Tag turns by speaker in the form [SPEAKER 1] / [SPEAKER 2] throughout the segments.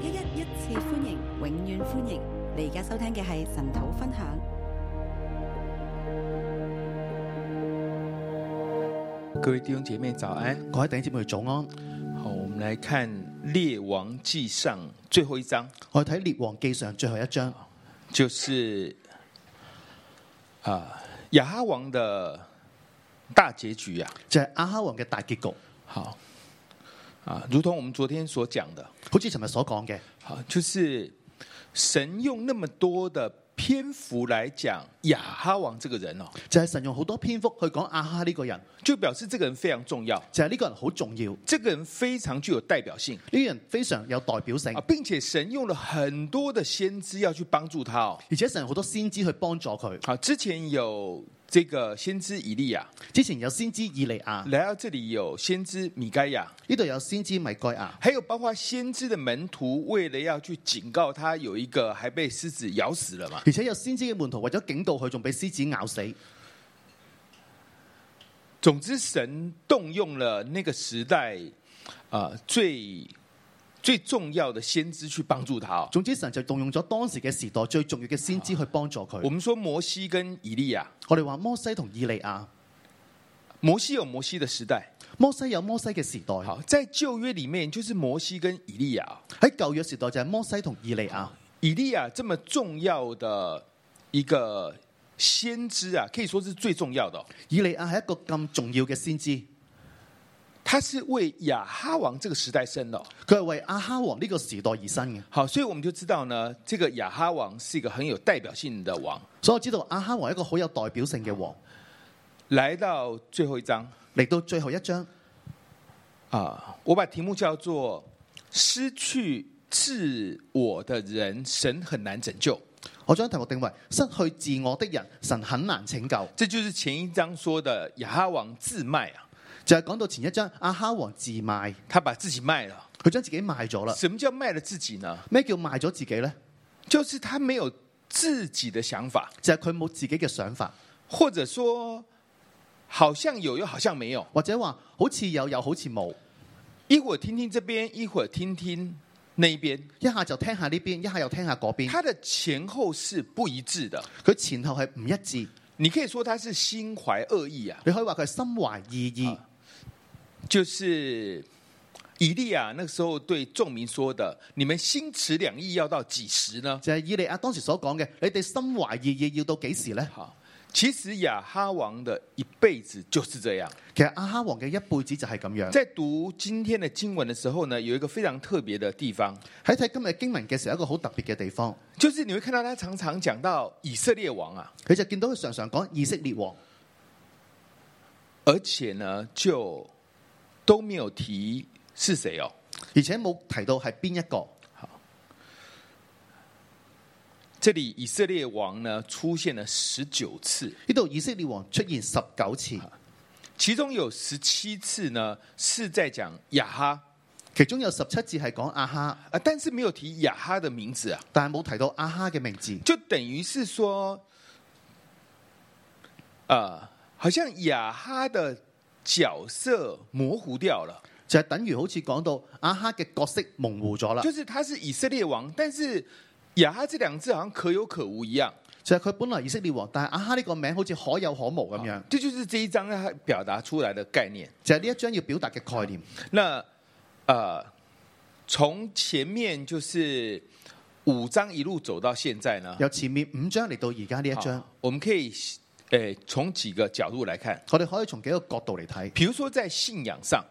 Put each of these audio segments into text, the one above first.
[SPEAKER 1] 一一一次歡迎，永遠歡迎！你而家收聽嘅係神土分享。
[SPEAKER 2] 各位弟兄姐妹早安，
[SPEAKER 3] 各位弟兄姊妹早安，
[SPEAKER 2] 好，我們來看《列王記上》最後一章，
[SPEAKER 3] 我哋睇《列王記上》最後一章，
[SPEAKER 2] 就是啊亞哈王的大結局啊。
[SPEAKER 3] 就係、是、亞哈王嘅大結局，
[SPEAKER 2] 好啊，如同我們昨天所講的，
[SPEAKER 3] 好似尋日所講嘅，
[SPEAKER 2] 好，就是神用那麼多的篇幅來講亞哈王這個人哦，
[SPEAKER 3] 就係、是、神用好多篇幅去講亞哈呢個人，
[SPEAKER 2] 就表示這個人非常重要，
[SPEAKER 3] 就係、是、呢個人好重要，呢、
[SPEAKER 2] 這個人非常具有代表性
[SPEAKER 3] 個人非常有代表性
[SPEAKER 2] 啊，，並且神用了很多的先知要去幫助他哦。
[SPEAKER 3] 而且神有好多先知去幫助佢。
[SPEAKER 2] 好，之前有這個先知以利亞，
[SPEAKER 3] 之前有先知以利亞，
[SPEAKER 2] 來到這裡有先知米該亞，
[SPEAKER 3] 呢度有先知米該亞，
[SPEAKER 2] 還有包括先知的門徒，為了要去警告他，有一個還被獅子咬死了嘛。
[SPEAKER 3] 而且有先知嘅門徒為咗警告佢，仲俾獅子咬死。
[SPEAKER 2] 總之，神動用了那個時代啊、呃最最重要的先知去幫助他、哦。
[SPEAKER 3] 總之神就動用咗當時嘅時代最重要嘅先知去幫助
[SPEAKER 2] 我
[SPEAKER 3] 佢。
[SPEAKER 2] 們說摩西跟以利亞，
[SPEAKER 3] 我哋話摩西同以利亞，
[SPEAKER 2] 摩西有摩西的時代，
[SPEAKER 3] 摩西有摩西嘅時代，
[SPEAKER 2] 好，在舊約裡面就是摩西跟以利亞哦。
[SPEAKER 3] 喺舊約時代就係摩西同以利亞。
[SPEAKER 2] 以利亞這麼重要的一個先知啊，可以說是最重要的哦、
[SPEAKER 3] 以利亞係一個咁重要嘅先知，
[SPEAKER 2] 他是為亞哈王這個時代生的哦。
[SPEAKER 3] 佢係為亞哈王呢個時代而生嘅，
[SPEAKER 2] 好，所以我們就知道呢，這個亞哈王是一個很有代表性的王。
[SPEAKER 3] 所以我知道亞哈王係一個好有代表性嘅王。
[SPEAKER 2] 來到最後一章
[SPEAKER 3] 嚟到最後一章，
[SPEAKER 2] 啊，我把題目叫做“失去自我的人，神很難拯救
[SPEAKER 3] 我將題目定為失去自我的人，神很難拯救”。。
[SPEAKER 2] 這就是前一章說的亞哈王自賣啊，
[SPEAKER 3] 就係、講到前一章，亞哈王自賣，
[SPEAKER 2] 他把自己賣了。
[SPEAKER 3] 佢將自己賣咗啦。
[SPEAKER 2] 什麼叫賣了自己呢？
[SPEAKER 3] 咩叫賣咗自己呢？
[SPEAKER 2] 就是他沒有自己的想法，
[SPEAKER 3] 就係佢冇自己嘅想法，
[SPEAKER 2] 或者說好像有又好像沒有，
[SPEAKER 3] 或者話好似有又好似冇，
[SPEAKER 2] 一會兒聽聽這邊，一會兒聽聽那一邊。
[SPEAKER 3] 一下就聽下呢邊，一下又聽下嗰邊，
[SPEAKER 2] 他的前後是不一致的。
[SPEAKER 3] 佢前後係唔一致。
[SPEAKER 2] 你可以說他是心懷惡意啊，
[SPEAKER 3] 你可以話佢係心懷二意，
[SPEAKER 2] 就是以利亞那個時候對眾民說的：“你們心持兩意，要到幾時呢
[SPEAKER 3] 就係、以利亞當時所講嘅，你哋心懷二意要到幾時呢？”？
[SPEAKER 2] 好，其實亞哈王的一輩子就是這樣。
[SPEAKER 3] 其實亞哈王嘅一輩子就係咁樣。
[SPEAKER 2] 在讀今天的經文的時候呢，有一個非常特別的地方，
[SPEAKER 3] 喺睇今日經文嘅時候，一個好特別嘅地方，
[SPEAKER 2] 就是你會看到他常常講到以色列王啊，
[SPEAKER 3] 佢就見到佢常常講以色列王，
[SPEAKER 2] 而且呢就都沒有提是誰哦。
[SPEAKER 3] 而且冇提到係邊一個。
[SPEAKER 2] 這裡以色列王呢出現了十九次，
[SPEAKER 3] 呢度以色列王出現十九次，
[SPEAKER 2] 其中有十七次呢是在講亞哈
[SPEAKER 3] 其中有十七次係講亞哈，
[SPEAKER 2] 啊，但是沒有提亞哈的名字啊，
[SPEAKER 3] 但係冇提到亞哈嘅名字，
[SPEAKER 2] 就等於是說，啊，好像亞哈的角色模糊掉了，
[SPEAKER 3] 就係等於好似講到亞哈嘅角色模糊咗啦，
[SPEAKER 2] 就是他是以色列王，但是亞哈這兩個字好像可有可無一樣。
[SPEAKER 3] 就係佢本來以色列王，但係亞哈呢個名好似可有可無咁樣，
[SPEAKER 2] 這就是這一章要表達出來的概念。
[SPEAKER 3] 就係呢一章要表達嘅概念。
[SPEAKER 2] 那呃，從前面就是五章一路走到現在呢，
[SPEAKER 3] 由前面五章嚟到而家呢一章
[SPEAKER 2] 好，我們可以呃從幾個角度來看，
[SPEAKER 3] 我哋可以從幾個角度嚟睇，
[SPEAKER 2] 比如說在信仰上，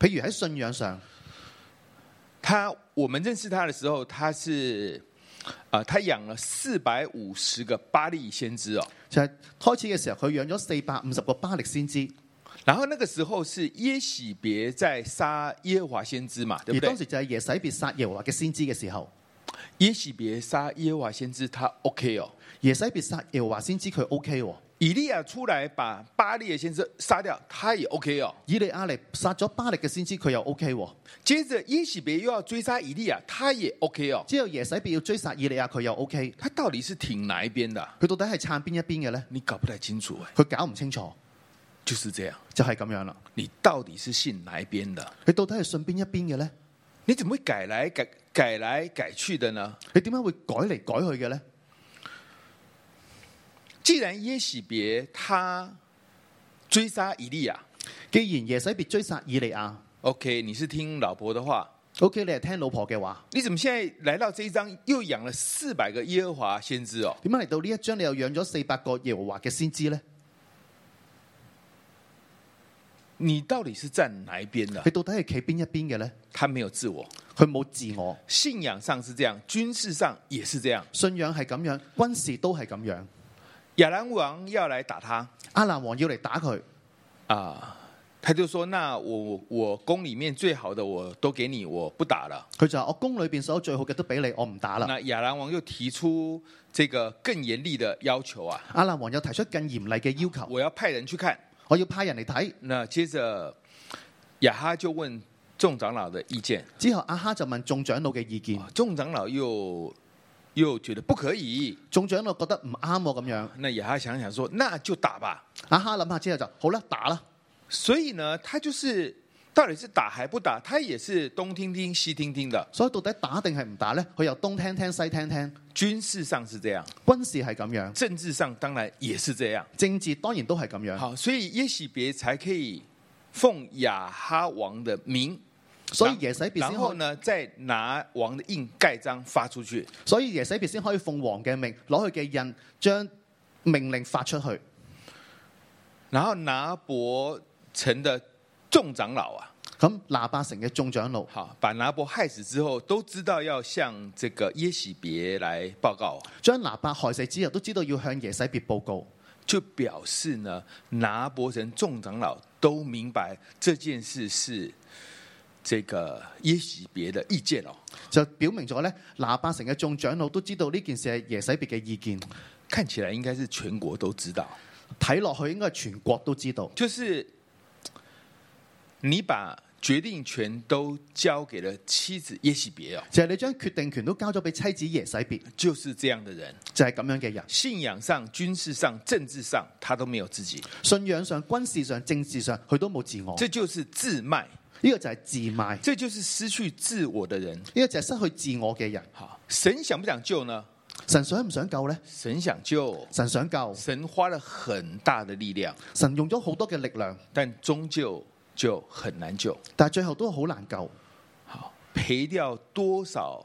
[SPEAKER 3] 譬如喺信仰上，
[SPEAKER 2] 他我們認識他的時候，他是啊、呃他養了四百五十個巴力先知哦，
[SPEAKER 3] 就係、開始嘅時候，佢養咗四百五十個巴力先知。
[SPEAKER 2] 然後那個時候是耶洗別在殺耶和華先知嘛，對
[SPEAKER 3] 而
[SPEAKER 2] 不對
[SPEAKER 3] 當？時就係耶洗別殺耶和華嘅先知嘅時候，
[SPEAKER 2] 耶洗別殺耶和華先知，他 OK 哦。
[SPEAKER 3] 耶洗別殺耶和華先知佢 O K 喎，
[SPEAKER 2] 以利亞出來把巴力的先知殺掉，他也 OK 哦。
[SPEAKER 3] 以利亞嚟殺咗巴力嘅先知佢又 O K 喎，
[SPEAKER 2] 接着耶洗別又要追殺以利亞，他也 OK 哦。
[SPEAKER 3] 之後耶洗別要追殺以利亞佢又 O K，
[SPEAKER 2] 他到底是挺哪一邊的啊、
[SPEAKER 3] 佢到底係撐邊一邊嘅呢？
[SPEAKER 2] 你搞不太清楚哎，
[SPEAKER 3] 佢搞唔清楚，
[SPEAKER 2] 就是這樣。
[SPEAKER 3] 就係、咁樣啦。
[SPEAKER 2] 你到底是信哪一邊的？
[SPEAKER 3] 佢到底係信邊一邊嘅呢？
[SPEAKER 2] 你怎麼會改來改改来改去的呢？
[SPEAKER 3] 你點解會改嚟改去嘅呢？
[SPEAKER 2] 既然耶喜别他追杀以利亚
[SPEAKER 3] 既然耶洗別追殺以利亞
[SPEAKER 2] ，OK，你是听老婆的话，
[SPEAKER 3] ，OK，你係聽老婆嘅話，
[SPEAKER 2] 你怎么现在来到这一章又养了四百个耶和华先知哦？
[SPEAKER 3] 點解嚟到呢一章你又養咗四百個耶和華嘅先知呢？
[SPEAKER 2] 你到底是站哪一边的
[SPEAKER 3] 你？到底係企邊一邊嘅呢？
[SPEAKER 2] 他没有自我，
[SPEAKER 3] 佢冇自我，
[SPEAKER 2] 信仰上是这样，军事上也是这样。
[SPEAKER 3] 信仰係咁樣，軍事都係咁樣。
[SPEAKER 2] 亚兰王要来打他
[SPEAKER 3] 阿蘭王要嚟打佢，
[SPEAKER 2] 啊，他就说：“那我我宫里面最好的我都给你，我不打了。
[SPEAKER 3] 佢就話：我宮裏边所有最好嘅都俾你，我唔打啦。
[SPEAKER 2] 那亚兰王又提出这个更严厉的要求啊，
[SPEAKER 3] 阿蘭王又提出更嚴厲嘅要求，
[SPEAKER 2] 我要派人去看。
[SPEAKER 3] 我要派人嚟睇。
[SPEAKER 2] 那接着亚哈就问众长老的意见，哦
[SPEAKER 3] 之後阿哈就問眾長老嘅意見，
[SPEAKER 2] 众长老又又觉得不可以。
[SPEAKER 3] 眾長老覺得唔啱喎咁樣。
[SPEAKER 2] 那亚哈想想说，那就打吧。
[SPEAKER 3] 阿哈諗下之後就好啦，打啦。
[SPEAKER 2] 所以呢，他就是到底是打还不打，他也是东听听西听听的。
[SPEAKER 3] 所以到底打定係唔打呢？佢又東聽聽西聽聽，
[SPEAKER 2] 军事上是这样，
[SPEAKER 3] 軍事係咁樣，
[SPEAKER 2] 政治上当然也是这样。
[SPEAKER 3] 政治當然都係咁樣。
[SPEAKER 2] 好，所以耶喜别才可以奉亚哈王的名，
[SPEAKER 3] 所以耶洗別
[SPEAKER 2] 然
[SPEAKER 3] 先
[SPEAKER 2] 后
[SPEAKER 3] 可以，
[SPEAKER 2] 呢，再拿王的印盖章发出去。
[SPEAKER 3] 所以耶洗別先可以奉王嘅命攞佢嘅印，將命令發出去。
[SPEAKER 2] 然后拿伯城的众长老啊，
[SPEAKER 3] 咁拿八城嘅眾長老
[SPEAKER 2] 好，把拿伯害死之后，都知道要向这个耶喜别来报告，啊
[SPEAKER 3] 將拿八害死之後，都知道要向耶洗別報告，
[SPEAKER 2] 就表示呢，拿伯城众长老都明白这件事是这个耶喜别的意见哦。
[SPEAKER 3] 就表明咗呢，拿八城嘅眾長老都知道呢件事係耶洗別嘅意見，
[SPEAKER 2] 看起来应该是全国都知道，啊
[SPEAKER 3] 睇落去應該係全國都知道。
[SPEAKER 2] 就是你把决定权都交给了妻子耶喜别哦，
[SPEAKER 3] 就係你將決定權都交咗俾妻子耶洗別，
[SPEAKER 2] 就是这样的人，
[SPEAKER 3] 就係咁樣嘅人。
[SPEAKER 2] 信仰上、军事上、政治上，他都没有自己，
[SPEAKER 3] 信仰上、軍事上、政治上，佢都冇自我。
[SPEAKER 2] 这就是自卖，
[SPEAKER 3] 呢個就係自賣，呢
[SPEAKER 2] 这就是失去自我的人。
[SPEAKER 3] 個就係失去自我嘅人。
[SPEAKER 2] 好，神想不想救呢？
[SPEAKER 3] 神想唔想救呢？
[SPEAKER 2] 神想救，
[SPEAKER 3] 神想救，
[SPEAKER 2] 神花了很大的力量，
[SPEAKER 3] 神用咗好多嘅力量，
[SPEAKER 2] 但终究就很难救。
[SPEAKER 3] 但係最後都好難救。
[SPEAKER 2] 好，赔掉多少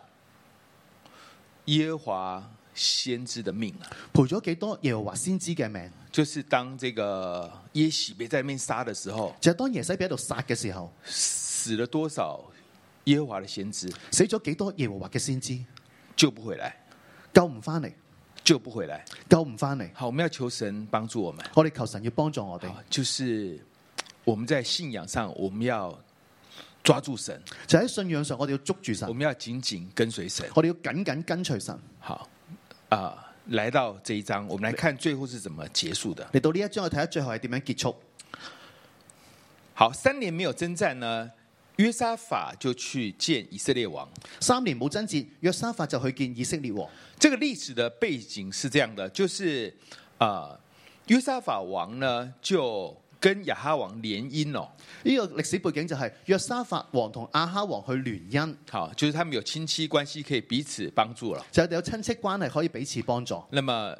[SPEAKER 2] 耶和华先知的命啊！
[SPEAKER 3] 賠咗幾多耶和華先知嘅命？
[SPEAKER 2] 就是当这个耶洗别在那边杀的时候，
[SPEAKER 3] 就係當耶洗別喺度殺嘅時候，
[SPEAKER 2] 死了多少耶和华的先知，
[SPEAKER 3] 死咗幾多耶和華嘅先知，
[SPEAKER 2] 救不回来，
[SPEAKER 3] 救唔翻嚟，
[SPEAKER 2] 救不回来。
[SPEAKER 3] 救唔翻嚟。
[SPEAKER 2] 好，我们要求神帮助我们，
[SPEAKER 3] 我哋求神要幫助我哋
[SPEAKER 2] 好，，啊就是我们在信仰上，我们要抓住神，
[SPEAKER 3] 就喺信仰上，我哋要捉住神
[SPEAKER 2] 我，们要紧紧跟随神。
[SPEAKER 3] 我哋要緊緊跟隨神。
[SPEAKER 2] 好，啊、来到这一章，我们来看最后是怎么结束的。
[SPEAKER 3] 嚟到呢一章，我睇下最後係點樣結束。
[SPEAKER 2] 好，三年没有征战呢，约沙法就去见以色列王。
[SPEAKER 3] 三年冇爭戰，約沙法就去見以色列王。
[SPEAKER 2] 这个历史的背景是这样的，就是啊、约沙法王呢就跟亚哈王联姻哦，
[SPEAKER 3] 呢、個歷史背景就係約沙法王同亞哈王去聯姻，
[SPEAKER 2] 好，就是他们有亲戚关系可以彼此帮助了。
[SPEAKER 3] 就係有親戚關係可以彼此幫助，
[SPEAKER 2] 那么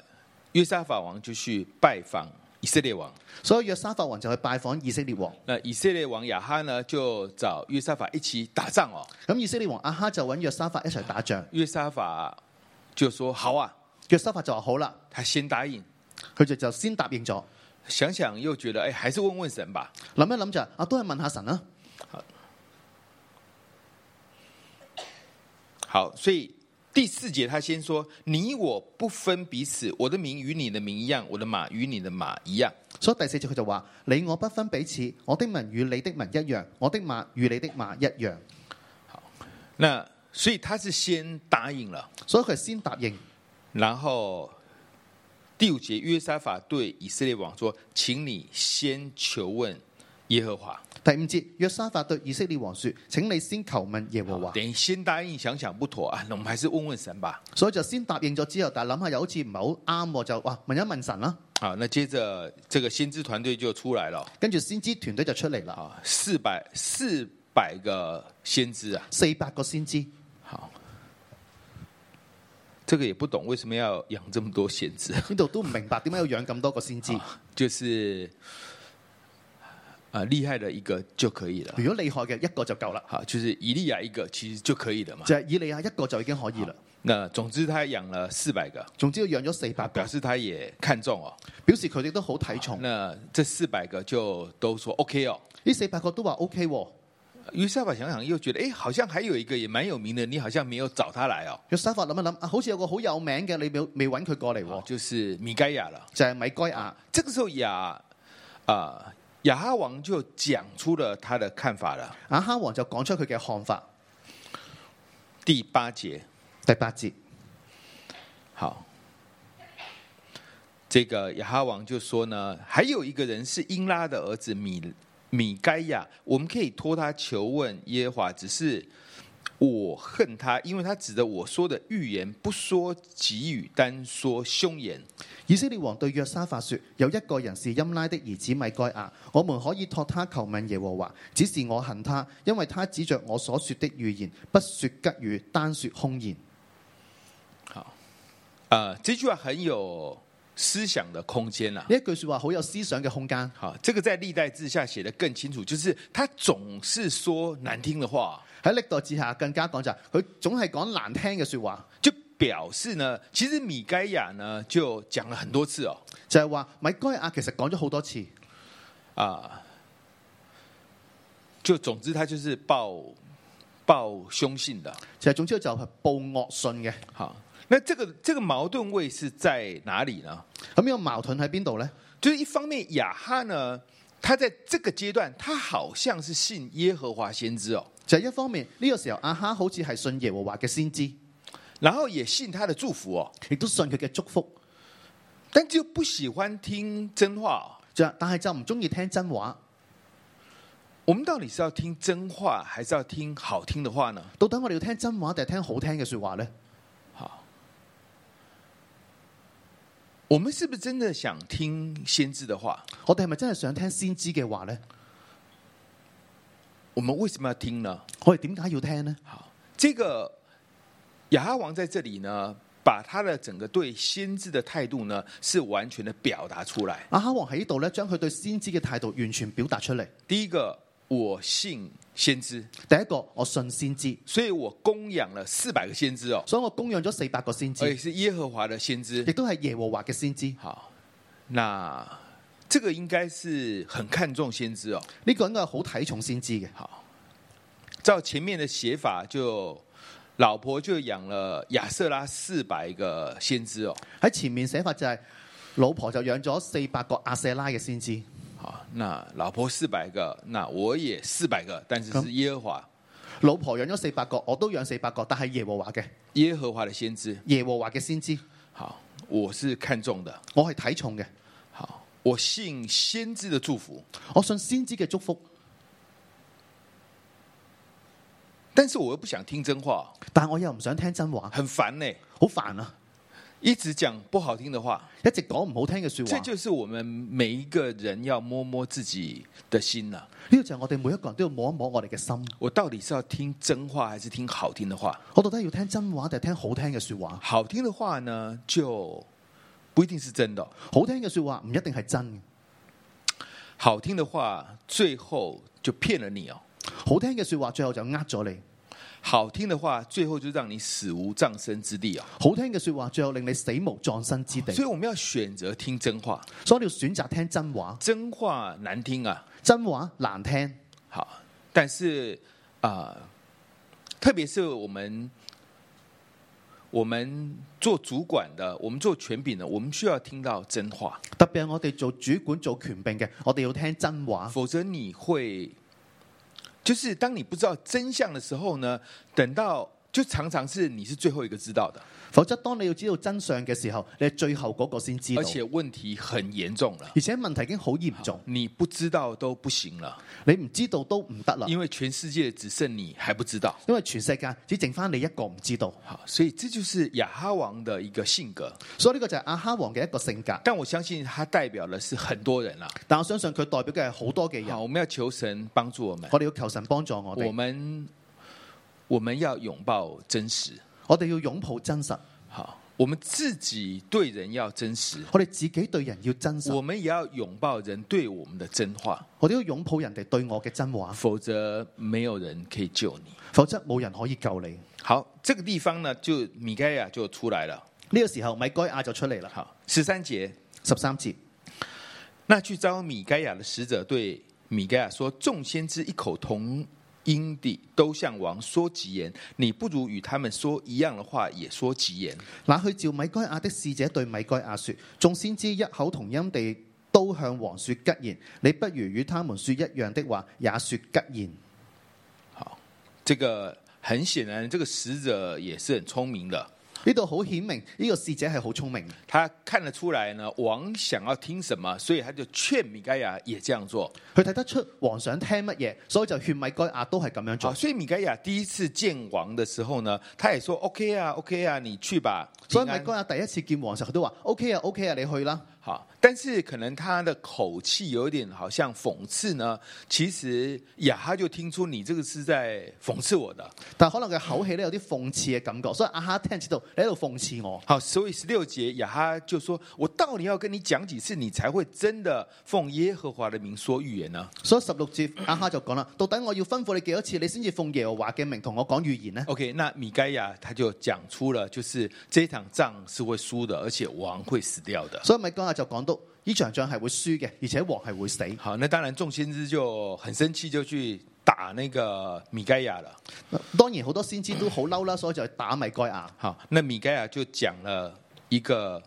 [SPEAKER 2] 约沙法王就去拜访以色列王，
[SPEAKER 3] 所以約沙法王就去拜訪以色列王。
[SPEAKER 2] 那以色列王亚哈呢就找约沙法一起打仗哦，
[SPEAKER 3] 咁以色列王亞哈就揾約沙法一齊打仗，
[SPEAKER 2] 约沙法就说好啊，
[SPEAKER 3] 約沙法就話好啦，
[SPEAKER 2] 他先答应。
[SPEAKER 3] 佢就就先答應咗。
[SPEAKER 2] 想想又觉得，哎，还是问问神吧。
[SPEAKER 3] 諗一諗就係啊，都係問下神啦。
[SPEAKER 2] 好，所以第四节他先说：“你我不分彼此，我的名与你的名一样，我的马与你的马一样。
[SPEAKER 3] 所以第四節佢就話：你我不分彼此，我的民與你的民一樣，我的馬與你的馬一樣。
[SPEAKER 2] 那”所以他是先答应了，
[SPEAKER 3] 所以佢先答應。
[SPEAKER 2] 然后第五节约沙法对以色列王说：“请你先求问耶和华。
[SPEAKER 3] 第五節，約沙法對以色列王說：請你先求問耶和
[SPEAKER 2] 好
[SPEAKER 3] 華。
[SPEAKER 2] 等于先答应，想想不妥啊，那我们还是问问神吧。
[SPEAKER 3] 所以就先答應咗之後，但係諗下又好似唔係好啱喎，就哇問一問神啦。
[SPEAKER 2] 好，那接着这个先知团队就出来了
[SPEAKER 3] 跟住先知團隊就出嚟啦，
[SPEAKER 2] 啊，四百四百个先知啊，
[SPEAKER 3] 四百個先知，
[SPEAKER 2] 好，这个也不懂为什么要养这么多先知，
[SPEAKER 3] 呢度都唔明白點解要養咁多個先知。
[SPEAKER 2] 就是啊、呃厉害的一个就可以了。
[SPEAKER 3] 如果厲害嘅一個就夠啦，
[SPEAKER 2] 好，就是以利亚一个其实就可以了嘛。
[SPEAKER 3] 就係以利亞一個就已經可以啦。
[SPEAKER 2] 那总之他养了四百个，
[SPEAKER 3] 總之佢養咗四百個
[SPEAKER 2] 表，示他也看中哦。
[SPEAKER 3] 表示佢哋都好睇重。
[SPEAKER 2] 那这四百个就都说 OK 哦。
[SPEAKER 3] 呢四百個都話 O K，約
[SPEAKER 2] 于是法想想又觉得，哎，好像还有一个也蛮有名的，你好像沒有找他来哦，
[SPEAKER 3] 沙法諗一諗啊，好似有個好有名嘅，你未未揾佢過嚟
[SPEAKER 2] 啊
[SPEAKER 3] 喎，
[SPEAKER 2] 就是米该亚了。
[SPEAKER 3] 就係米該亞。
[SPEAKER 2] 这个时候雅啊、雅哈王就讲出了他的看法了。
[SPEAKER 3] 亞哈王就講出佢嘅看法。
[SPEAKER 2] 第八节，
[SPEAKER 3] 第八節，
[SPEAKER 2] 好，这个雅哈王就说呢，还有一个人是英拉的儿子米米该亚，我们可以托他求问耶和华，只是我恨他，因为他指着我说的预言，不说给予，单说凶言。
[SPEAKER 3] 以色列王對約沙法說：有一個人是音拉的兒子米該亞，我們可以托他求問耶和華，只是我恨他，因為他指着我所說的預言，不說吉語，單說空言。
[SPEAKER 2] 呃，这句话很有思想的空间啊啦、
[SPEAKER 3] 呢一句说話好有思想嘅空間。
[SPEAKER 2] 好，这个在历代志下写的更清楚，就是他总是说难听的话，
[SPEAKER 3] 喺歷代之下更加講就係佢總係講難聽嘅说話，
[SPEAKER 2] 就表示呢，其实米该亚呢就讲了很多次哦，
[SPEAKER 3] 就係話米該亞其實講咗好多次，
[SPEAKER 2] 啊，就总之他就是报报凶信的。
[SPEAKER 3] 就係總之就係報惡信嘅。
[SPEAKER 2] 好，那这个这个矛盾位是在哪里呢？
[SPEAKER 3] 咁呢個矛盾喺邊度呢？
[SPEAKER 2] 就是一方面雅哈呢，他在这个阶段，他好像是信耶和华先知哦，
[SPEAKER 3] 就係一方面呢、個時候阿哈好似係信耶和華嘅先知，
[SPEAKER 2] 然后也信他的祝福哦，
[SPEAKER 3] 亦都信佢嘅祝福，
[SPEAKER 2] 但就不喜欢听真话、哦。
[SPEAKER 3] 就係但係就唔中意聽真話。
[SPEAKER 2] 我们到底是要听真话，还是要听好听的话呢？
[SPEAKER 3] 到底我哋要聽真話定係聽好聽嘅说話呢？
[SPEAKER 2] 我们是不是真的想听先知的话？
[SPEAKER 3] 我哋係咪真係想聽先知嘅話呢？
[SPEAKER 2] 我们为什么要听呢？
[SPEAKER 3] 我哋點解要聽呢？
[SPEAKER 2] 好，这个亚哈王在这里呢，把他的整个对先知的态度呢，是完全的表达出来。
[SPEAKER 3] 阿哈王喺呢度咧，將佢對先知嘅態度完全表達出嚟。
[SPEAKER 2] 第一个，我信先知，
[SPEAKER 3] 第一個，我信先知，
[SPEAKER 2] 所以我供养了四百个先知哦，
[SPEAKER 3] 所以我供養咗四百個先
[SPEAKER 2] 而且
[SPEAKER 3] 知，
[SPEAKER 2] 是耶和华的先知
[SPEAKER 3] 亦。都係耶和華嘅先知。
[SPEAKER 2] 好，那这个应该是很看重先知哦。
[SPEAKER 3] 呢、個應該係好睇重先知嘅。
[SPEAKER 2] 好，照前面的写法就。老婆就养了亚瑟拉四百个先知哦，
[SPEAKER 3] 喺前面寫法就係老婆就養咗四百個阿舍拉嘅先知，
[SPEAKER 2] 好，那老婆四百个，那我也四百个，但是是耶和华
[SPEAKER 3] 老婆養咗四百個，我都養四百個，但係耶和華嘅
[SPEAKER 2] 耶和华的先知。
[SPEAKER 3] 耶和華嘅先知，
[SPEAKER 2] 好，我是看中的。
[SPEAKER 3] 我係睇重嘅，
[SPEAKER 2] 好，我信先知的祝福，
[SPEAKER 3] 我信先知嘅祝福，
[SPEAKER 2] 但是我又不想听真话，
[SPEAKER 3] 但我又唔想聽真話，
[SPEAKER 2] 很烦呢、
[SPEAKER 3] 好煩啊！
[SPEAKER 2] 一直讲不好听的话，
[SPEAKER 3] 一直講唔好聽嘅说
[SPEAKER 2] 这
[SPEAKER 3] 話，
[SPEAKER 2] 就是我们每一个人要摸摸自己的心了、
[SPEAKER 3] 呢個就係我哋每一個人都要摸一摸我哋嘅心。
[SPEAKER 2] 我到底是要听真话，还是听好听的话？
[SPEAKER 3] 我到底要聽真話定係聽好聽嘅说話？
[SPEAKER 2] 好听的话呢，就不一定是真的哦、
[SPEAKER 3] 好聽嘅说話唔一定係真嘅，
[SPEAKER 2] 好听的话最后就骗了你哦。
[SPEAKER 3] 好聽嘅说話最後就呃咗你，
[SPEAKER 2] 好听的话，最后就讓你死無葬身之地啊、
[SPEAKER 3] 好聽嘅说話最後令你死無葬身之地。
[SPEAKER 2] 所以我們要選擇聽真話，
[SPEAKER 3] 所以你要選擇聽真話，
[SPEAKER 2] 真話難聽啊，
[SPEAKER 3] 真話難聽。
[SPEAKER 2] 好，但是啊、呃特別是我們我們做主管的，我們做權柄的，我們需要聽到真話，
[SPEAKER 3] 特別係我哋做主管做權柄嘅，我哋要聽真話，
[SPEAKER 2] 否則你會就是當你不知道真相的時候呢，等到就常常是你是最後一個知道的，
[SPEAKER 3] 否則當你要知道真相嘅時候，你係最後嗰個先知道
[SPEAKER 2] 而。且問題很嚴重了，
[SPEAKER 3] 而且問題已經好嚴重，
[SPEAKER 2] 你不知道都不行了。
[SPEAKER 3] 你唔知道都唔得啦，
[SPEAKER 2] 因为全世界只剩你还不知道。
[SPEAKER 3] 因為全世界只剩翻你一個唔知道。
[SPEAKER 2] 好，所以这就是亚哈王的一个性格，
[SPEAKER 3] 所以呢個就係阿哈王嘅一個性格。
[SPEAKER 2] 但我相信他代表的是很多人啊啦、
[SPEAKER 3] 但我相信佢代表嘅係好多嘅人
[SPEAKER 2] 好，，我们要求神帮助我们，
[SPEAKER 3] 我哋要求神幫助我
[SPEAKER 2] 我
[SPEAKER 3] 哋，
[SPEAKER 2] 们我们要拥抱真实。
[SPEAKER 3] 我哋要擁抱真實。
[SPEAKER 2] 好，我们自己对人要真实，
[SPEAKER 3] 我哋自己對人要真實，
[SPEAKER 2] 我们也要拥抱人对我们的真話，
[SPEAKER 3] 我哋要擁抱人哋對我嘅真話，
[SPEAKER 2] 否則沒有人可以救你。
[SPEAKER 3] 否則冇人可以救你。呢、
[SPEAKER 2] 好，这个地方呢，就米盖亚就出来了。
[SPEAKER 3] 個時候，米該亞就出嚟啦。
[SPEAKER 2] 好，十三节，
[SPEAKER 3] 十三節，
[SPEAKER 2] 那去招米盖亚的使者对米盖亚说：“众先知一口同音地都向王说吉言，你不如与他们说一样的話，也說吉言。
[SPEAKER 3] 那去召米該亞的使者對米該亞說：眾先知一口同音地都向王說吉言，你不如與他們說一樣的話，也說吉言。
[SPEAKER 2] 这个很显然，这个使者也是很聰明的，
[SPEAKER 3] 呢度好顯明，呢、個使者係好聰明嘅，
[SPEAKER 2] 他看得出来呢，王想要听什么，所以他就勸米盖亚也这样做。
[SPEAKER 3] 佢睇得出王想聽乜嘢，所以就勸米該亞都係咁樣
[SPEAKER 2] 好，
[SPEAKER 3] 做。
[SPEAKER 2] 所以米盖亚第一次见王的时候呢，他也说 OK 啊，OK 啊，你去吧。
[SPEAKER 3] 所以米
[SPEAKER 2] 平安
[SPEAKER 3] 該亞第一次見王嘅時候，佢都話：OK 啊，OK 啊，你去啦。
[SPEAKER 2] 好，但是可能他的口气有一点好像讽刺呢。其实雅哈就听出你这个是在讽刺我的。
[SPEAKER 3] 但可能佢口氣咧有啲諷刺嘅感覺，所以阿哈聽知道你喺度諷刺我。
[SPEAKER 2] 好，所以十六节雅哈就说：“我到底要跟你讲几次，你才会真的奉耶和华的名说预言呢
[SPEAKER 3] 所以十六節阿哈就講啦，到底我要吩咐你幾多次，你先至奉耶和華嘅名同我講預言呢？
[SPEAKER 2] ？”OK，那米该亚他就讲出了，就是这场仗是会输的，而且王会死掉的。
[SPEAKER 3] 所以米該亞就講到呢場仗係會輸嘅，而且王係會死。
[SPEAKER 2] 好，那当然众先知就很生气，就去打那个米该亚了。
[SPEAKER 3] 當然好多先知都好嬲啦，所以就打米該亞。
[SPEAKER 2] 好，那米该亚就讲了一个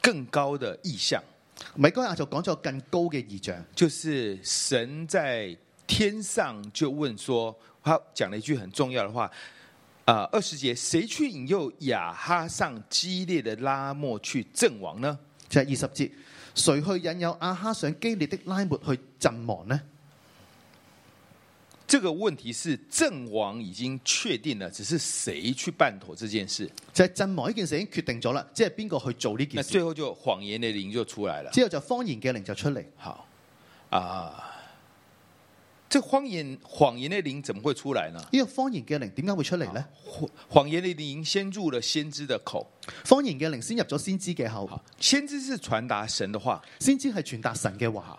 [SPEAKER 2] 更高的意象，
[SPEAKER 3] 米該亞就講咗更高嘅異象，
[SPEAKER 2] 就是神在天上就问说，他讲了一句很重要的话。啊、二十节，谁去引诱亚哈上激烈的拉莫去阵亡呢？
[SPEAKER 3] 就係二十節。誰去引誘阿哈上激烈的拉末去陣亡呢？
[SPEAKER 2] 这个问题是阵亡已经确定了，只是谁去办妥这件事？
[SPEAKER 3] 就係、陣亡呢件事已經決定咗啦，即係邊個去做呢
[SPEAKER 2] 那
[SPEAKER 3] 件
[SPEAKER 2] 最
[SPEAKER 3] 事。
[SPEAKER 2] 后就谎言的灵就出来了。
[SPEAKER 3] 之後就方言嘅靈就出嚟。
[SPEAKER 2] 好啊、这谎言谎言的灵怎么会出来呢？啊
[SPEAKER 3] 呢、個方言嘅靈點解會出嚟呢？
[SPEAKER 2] 谎谎言的灵先入了先知的口，
[SPEAKER 3] 方言嘅靈先入咗先知嘅口，
[SPEAKER 2] 好，先知是传达神的话，
[SPEAKER 3] 先知係傳達神嘅話。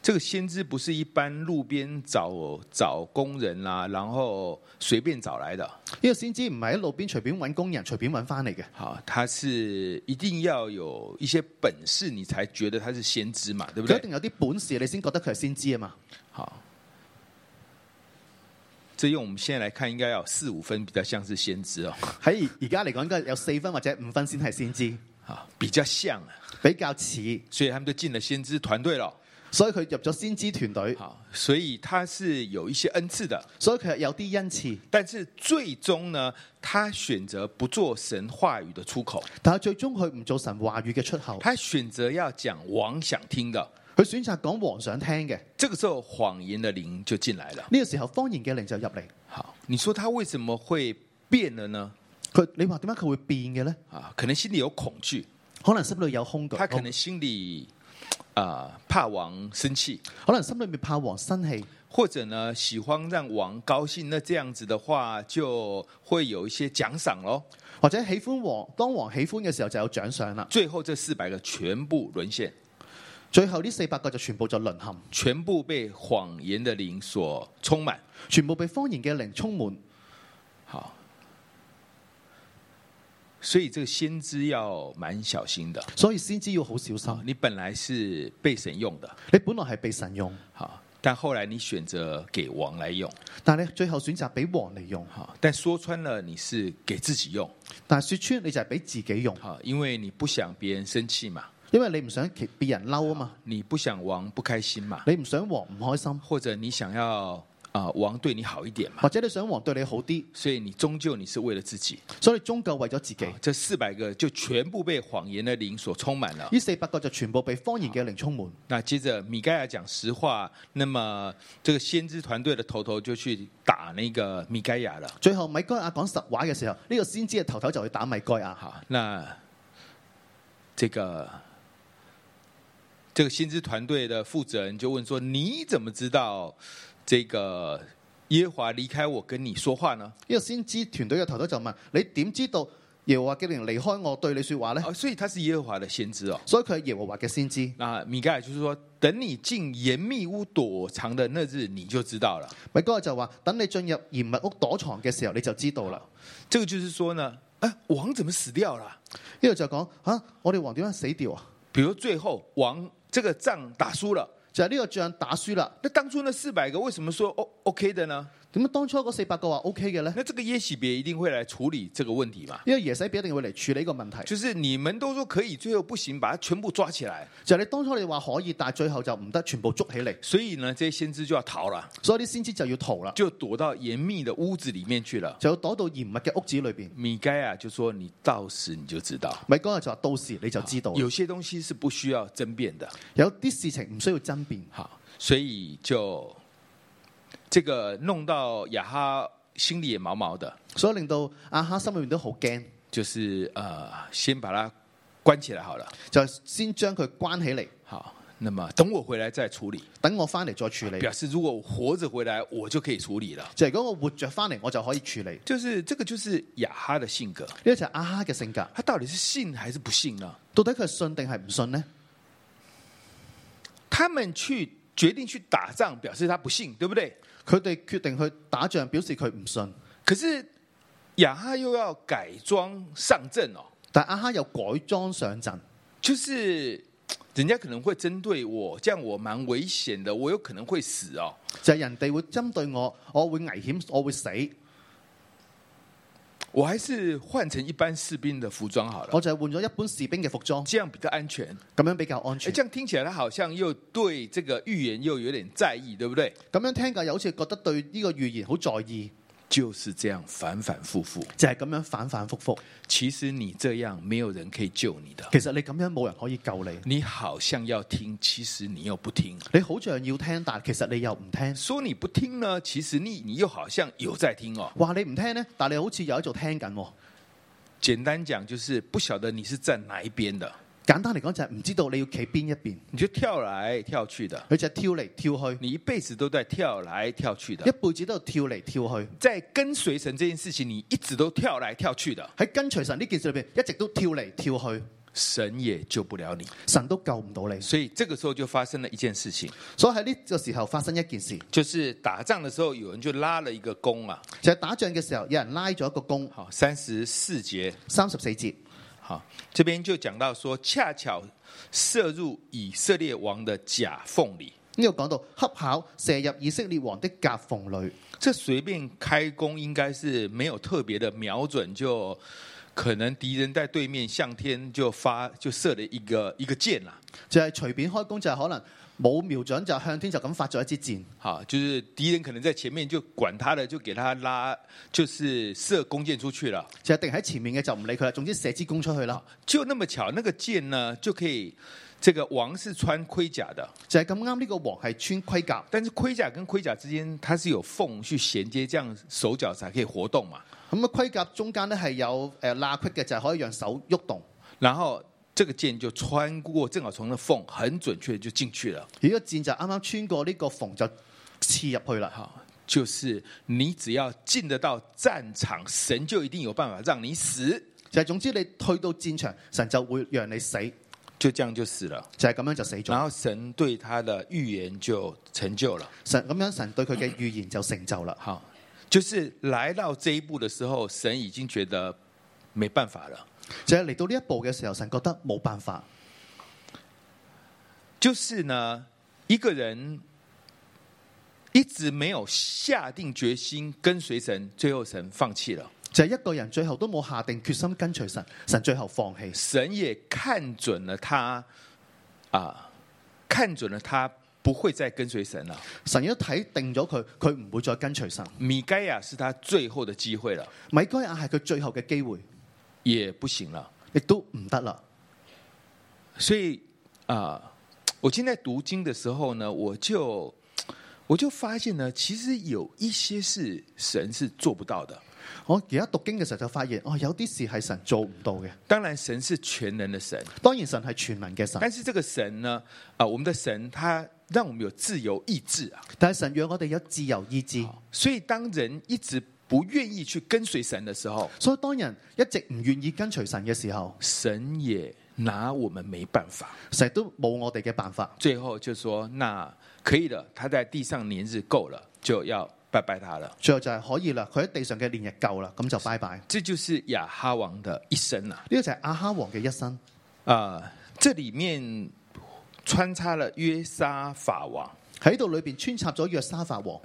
[SPEAKER 2] 这个先知不是一般路边找找工人啦、然后随便找来的，
[SPEAKER 3] 呢、個先知唔係喺路邊隨便揾工人，隨便揾翻嚟嘅。
[SPEAKER 2] 好，他是一定要有一些本事，你才觉得他是先知嘛，对不
[SPEAKER 3] 佢一
[SPEAKER 2] 对？
[SPEAKER 3] 定有啲本事，你先覺得佢係先知啊嘛。
[SPEAKER 2] 好，这用我们现在来看，应该要有四五分比较像是先知哦，
[SPEAKER 3] 喺而而家嚟講，應該有四分或者五分先係先知，
[SPEAKER 2] 好，比较像啊，
[SPEAKER 3] 比較似。
[SPEAKER 2] 所以他们就进了先知团队了。
[SPEAKER 3] 所以佢入咗先知團隊，
[SPEAKER 2] 好，所以他是有一些恩赐的，
[SPEAKER 3] 所以佢係有啲恩賜，
[SPEAKER 2] 但是最终呢，他选择不做神话语的出口，
[SPEAKER 3] 但係最終佢唔做神話語嘅出口，
[SPEAKER 2] 他選擇要講王想聽的。
[SPEAKER 3] 佢選擇講皇上聽嘅。呢、
[SPEAKER 2] 這個時候，謊言的靈就進來了。
[SPEAKER 3] 個時候方言嘅靈就入嚟。
[SPEAKER 2] 好，你說他為什麼會變了呢？
[SPEAKER 3] 佢你話點解佢會變嘅呢？
[SPEAKER 2] 啊，可能心里有恐懼，
[SPEAKER 3] 可能心裏有恐懼，哦
[SPEAKER 2] 他可能心里啊、怕王生氣，
[SPEAKER 3] 可能心裏面怕王生氣，
[SPEAKER 2] 或者呢喜歡讓王高興。那這樣子的話，就會有一些獎賞咯。
[SPEAKER 3] 或者喜歡王。當王喜歡嘅時候就有獎賞啦。
[SPEAKER 2] 最後這四百個全部淪陷，
[SPEAKER 3] 最後呢四百個就全部就淪陷。
[SPEAKER 2] 全部被謊言的靈所充滿。
[SPEAKER 3] 全部被方言嘅靈充滿，
[SPEAKER 2] 好，所以这个先知要蛮小心的。
[SPEAKER 3] 所以先知要好小
[SPEAKER 2] 好，
[SPEAKER 3] 心。
[SPEAKER 2] 你本来是被神用的，
[SPEAKER 3] 你本來係被神用，
[SPEAKER 2] 好，但后来你选择给王来用，
[SPEAKER 3] 但係你最後選擇俾王嚟用，
[SPEAKER 2] 好，但说穿了你是给自己用，
[SPEAKER 3] 但係説穿你就係俾自己用，
[SPEAKER 2] 好，因为你不想别人生气嘛，
[SPEAKER 3] 因為你唔想其別人嬲啊嘛，
[SPEAKER 2] 你不想王不开心嘛，
[SPEAKER 3] 你唔想王唔開心，
[SPEAKER 2] 或者你想要啊、王对你好一点嘛，
[SPEAKER 3] 或者你想王對你好啲，
[SPEAKER 2] 所以你终究你是为了自己。
[SPEAKER 3] 所以你終究為咗自己
[SPEAKER 2] 好。这四百个就全部被谎言的灵所充满了。
[SPEAKER 3] 呢四百個就全部被方言嘅靈充滿。
[SPEAKER 2] 那接着米盖亚讲实话，那么这个先知团队的头头就去打那个米盖亚了。
[SPEAKER 3] 最後米該亞講實話嘅時候，呢、個先知嘅頭頭就去打米該亞。
[SPEAKER 2] 好，那这个这个先知团队的负责人就问说：“你怎么知道这个耶和华离开我跟你说话呢
[SPEAKER 3] 呢、個先知團隊嘅頭頭就問：你點知道耶和華嘅靈離開我，對你說話呢？
[SPEAKER 2] 哦，所以他是耶和华的先知哦。
[SPEAKER 3] 所以佢係耶和華嘅先知。
[SPEAKER 2] 那米盖尔就是说，等你进严密屋躲藏的那日，你就知道了。
[SPEAKER 3] 米哥就話：等你進入嚴密屋躲藏嘅時候，你就知道啦。
[SPEAKER 2] 这个就是说呢，哎，王怎么死掉了啊？
[SPEAKER 3] 呢度就講吓、啊我哋王點樣死掉啊？
[SPEAKER 2] 比如最后王这个仗打输了，
[SPEAKER 3] 就係呢個仗打輸啦。
[SPEAKER 2] 那当初那四百个为什么说 O OK 的呢？
[SPEAKER 3] 點解當初嗰四百個話 O K 嘅呢？呢
[SPEAKER 2] 那这个耶洗别一定會來處理這個問題嘛？
[SPEAKER 3] 個耶洗比一定會嚟處理呢個問題，
[SPEAKER 2] 就是你們都說可以，最後不行，把它全部抓起來。
[SPEAKER 3] 就係你當初你話可以，但係最後就唔得，全部捉起嚟，
[SPEAKER 2] 所以呢，這些先知就要逃了，
[SPEAKER 3] 所以啲先知就要逃啦，
[SPEAKER 2] 就躲到嚴密的屋子裡面去了。
[SPEAKER 3] 就要躲到嚴密嘅屋子裏邊。
[SPEAKER 2] 米該啊，就說你到時你就知道，
[SPEAKER 3] 米哥就話：到時你就知道啦，
[SPEAKER 2] 有些東西是不需要爭辯的。
[SPEAKER 3] 有啲事情唔需要爭辯，
[SPEAKER 2] 好，所以就這個弄到雅哈心裡也毛毛的，
[SPEAKER 3] 所以令到阿哈心裏面都好驚，
[SPEAKER 2] 就是呃，先把它關起來好了。
[SPEAKER 3] 就先將佢關起嚟，
[SPEAKER 2] 好，那麼等我回來再處理。
[SPEAKER 3] 等我翻嚟再處理
[SPEAKER 2] 表。示如果我活着回來，我就可以處理了。
[SPEAKER 3] 就係如果我活着翻嚟，我就可以處理。呢
[SPEAKER 2] 就是這個，就是雅哈的性格，
[SPEAKER 3] 個就係阿哈嘅性格，
[SPEAKER 2] 他到底是信還是不信呢？
[SPEAKER 3] 到底佢係信定係唔信呢？
[SPEAKER 2] 他們去決定去打仗，表示他不信，對不對？
[SPEAKER 3] 佢哋決定去打仗，表示佢唔信，
[SPEAKER 2] 可是雅哈又要改裝上陣哦，
[SPEAKER 3] 但阿哈又改裝上陣，
[SPEAKER 2] 就是人家可能會針對我，這樣我蠻危險的，我有可能會死哦。
[SPEAKER 3] 就係人哋會針對我，我會危險，我會死，
[SPEAKER 2] 我還是換成一般士兵的服裝好了
[SPEAKER 3] 我，就係換咗一般士兵嘅服裝，
[SPEAKER 2] 這樣比哦較安全。
[SPEAKER 3] 咁樣比較安
[SPEAKER 2] 哎，
[SPEAKER 3] 全。
[SPEAKER 2] 這樣聽起來他好像又對這個預言又有點在意，對不對？
[SPEAKER 3] 咁樣聽嘅又好似覺得對呢個預言好在意，
[SPEAKER 2] 就是這樣反反复复。
[SPEAKER 3] 就係咁樣反反覆覆。
[SPEAKER 2] 其實你這樣，沒有人可以救你的。
[SPEAKER 3] 其實你咁樣冇人可以救你，
[SPEAKER 2] 你好像要聽，其實你又不聽。
[SPEAKER 3] 你好像要聽，但其實你又唔聽。
[SPEAKER 2] 說你不聽呢，其實你你又好像有在聽哦。
[SPEAKER 3] 話你唔聽呢，但你好似有喺度聽緊喎。
[SPEAKER 2] 簡單講就是不曉得你是站哪一邊的，
[SPEAKER 3] 簡單嚟講就係唔知道你要企邊一邊，
[SPEAKER 2] 你就跳來跳去的，
[SPEAKER 3] 佢就係跳嚟跳去，
[SPEAKER 2] 你一輩子都在跳來跳去
[SPEAKER 3] 一
[SPEAKER 2] 的，
[SPEAKER 3] 輩子都跳嚟跳去。
[SPEAKER 2] 在跟隨神這件事情，你一直都跳來跳去的，
[SPEAKER 3] 喺跟隨神呢件事裏邊，一直都跳嚟跳去，
[SPEAKER 2] 神也救不了你。
[SPEAKER 3] 神都救唔到你。
[SPEAKER 2] 所以這個時候就發生了一件事情，
[SPEAKER 3] 所以喺呢個時候發生一件事，
[SPEAKER 2] 就是打仗的時候，有人就拉了一個弓啊，
[SPEAKER 3] 就係、打仗嘅時候，有人拉咗一個弓，
[SPEAKER 2] 好，三十四節。
[SPEAKER 3] 三十四節
[SPEAKER 2] 好，这边就讲到说，恰巧射入以色列王的夹缝里，
[SPEAKER 3] 呢度講到恰巧射入以色列王的夾縫裏。
[SPEAKER 2] 这随便开弓应该是没有特别的瞄准，就可能敌人在对面向天就发就射了一个一个箭啊啦。
[SPEAKER 3] 就係隨便開弓，就係可能冇瞄準，就向天就咁發咗一支箭。
[SPEAKER 2] 好，就是敌人可能在前面就管他的，就给他拉，就是射弓箭出去了。
[SPEAKER 3] 就係定喺前面嘅就唔理佢啦，總之射支弓出去啦。
[SPEAKER 2] 就那么巧，那个箭呢就可以，这个王是穿盔甲的，
[SPEAKER 3] 就係咁啱呢個王係穿盔甲，
[SPEAKER 2] 但是盔甲跟盔甲之间它是有缝去衔接，这样手脚才可以活動嘛。
[SPEAKER 3] 咁啊盔甲中間咧係有誒罅隙嘅，就係可以讓手喐動。
[SPEAKER 2] 然后这个箭就穿过，正好从那缝很准确地就进去了。
[SPEAKER 3] 而個箭就啱啱穿過呢個縫就刺入去啦。
[SPEAKER 2] 好，就是你只要进得到战场，神就一定有办法让你死，
[SPEAKER 3] 就係總之你去到戰場，神就會讓你死，
[SPEAKER 2] 就这样就死了。
[SPEAKER 3] 就係咁樣就死
[SPEAKER 2] 然
[SPEAKER 3] 咗。
[SPEAKER 2] 后神对他的预言就成就了。
[SPEAKER 3] 神咁樣神對佢嘅預言就成就啦。
[SPEAKER 2] 好，就是来到这一步的时候，神已经觉得没办法了。
[SPEAKER 3] 就係嚟到呢一步嘅時候，神覺得冇辦法，
[SPEAKER 2] 就是呢，一个人一直没有下定决心跟随神，最后神放弃了。
[SPEAKER 3] 就係一個人最後都冇下定決心跟隨神，神最後放棄。
[SPEAKER 2] 神也看准了他啊，看准了他不会再跟随神了。
[SPEAKER 3] 神一睇定咗佢，佢唔會再跟隨神。
[SPEAKER 2] 米该亚是他最後的机會了，
[SPEAKER 3] 米該亞係佢最後嘅機會，
[SPEAKER 2] 也不行了。
[SPEAKER 3] 亦都唔得啦。
[SPEAKER 2] 所以啊，我今天在读经的时候呢，我就我就发现呢，其实有一些事神是做不到的。
[SPEAKER 3] 我而家讀經嘅時候就發現，哦，有啲事係神做唔到嘅。
[SPEAKER 2] 当然，神是全能的神，
[SPEAKER 3] 當然神係全能嘅神，
[SPEAKER 2] 但是这个神呢，啊，我们的神他让我们有自由意志啊。哦
[SPEAKER 3] 但係神讓我哋有自由意志。
[SPEAKER 2] 所以，当人一直不愿意去跟随神的时候，
[SPEAKER 4] 所以當人一直唔願意跟隨神嘅時候，
[SPEAKER 2] 神也拿我们没办法。
[SPEAKER 4] 成日都冇我哋嘅辦法。
[SPEAKER 2] 最后就说：“那可以了，他在地上年日够了，就要拜拜他了。
[SPEAKER 4] 最後就係可以啦，佢喺地上嘅年日夠啦，咁就拜拜。呢、”
[SPEAKER 2] 这就是亚哈王的一生啊！
[SPEAKER 4] 個就係阿哈王嘅一生。
[SPEAKER 2] 啊、这里面穿插了约沙法王，
[SPEAKER 4] 喺度裏边穿插咗約沙法王。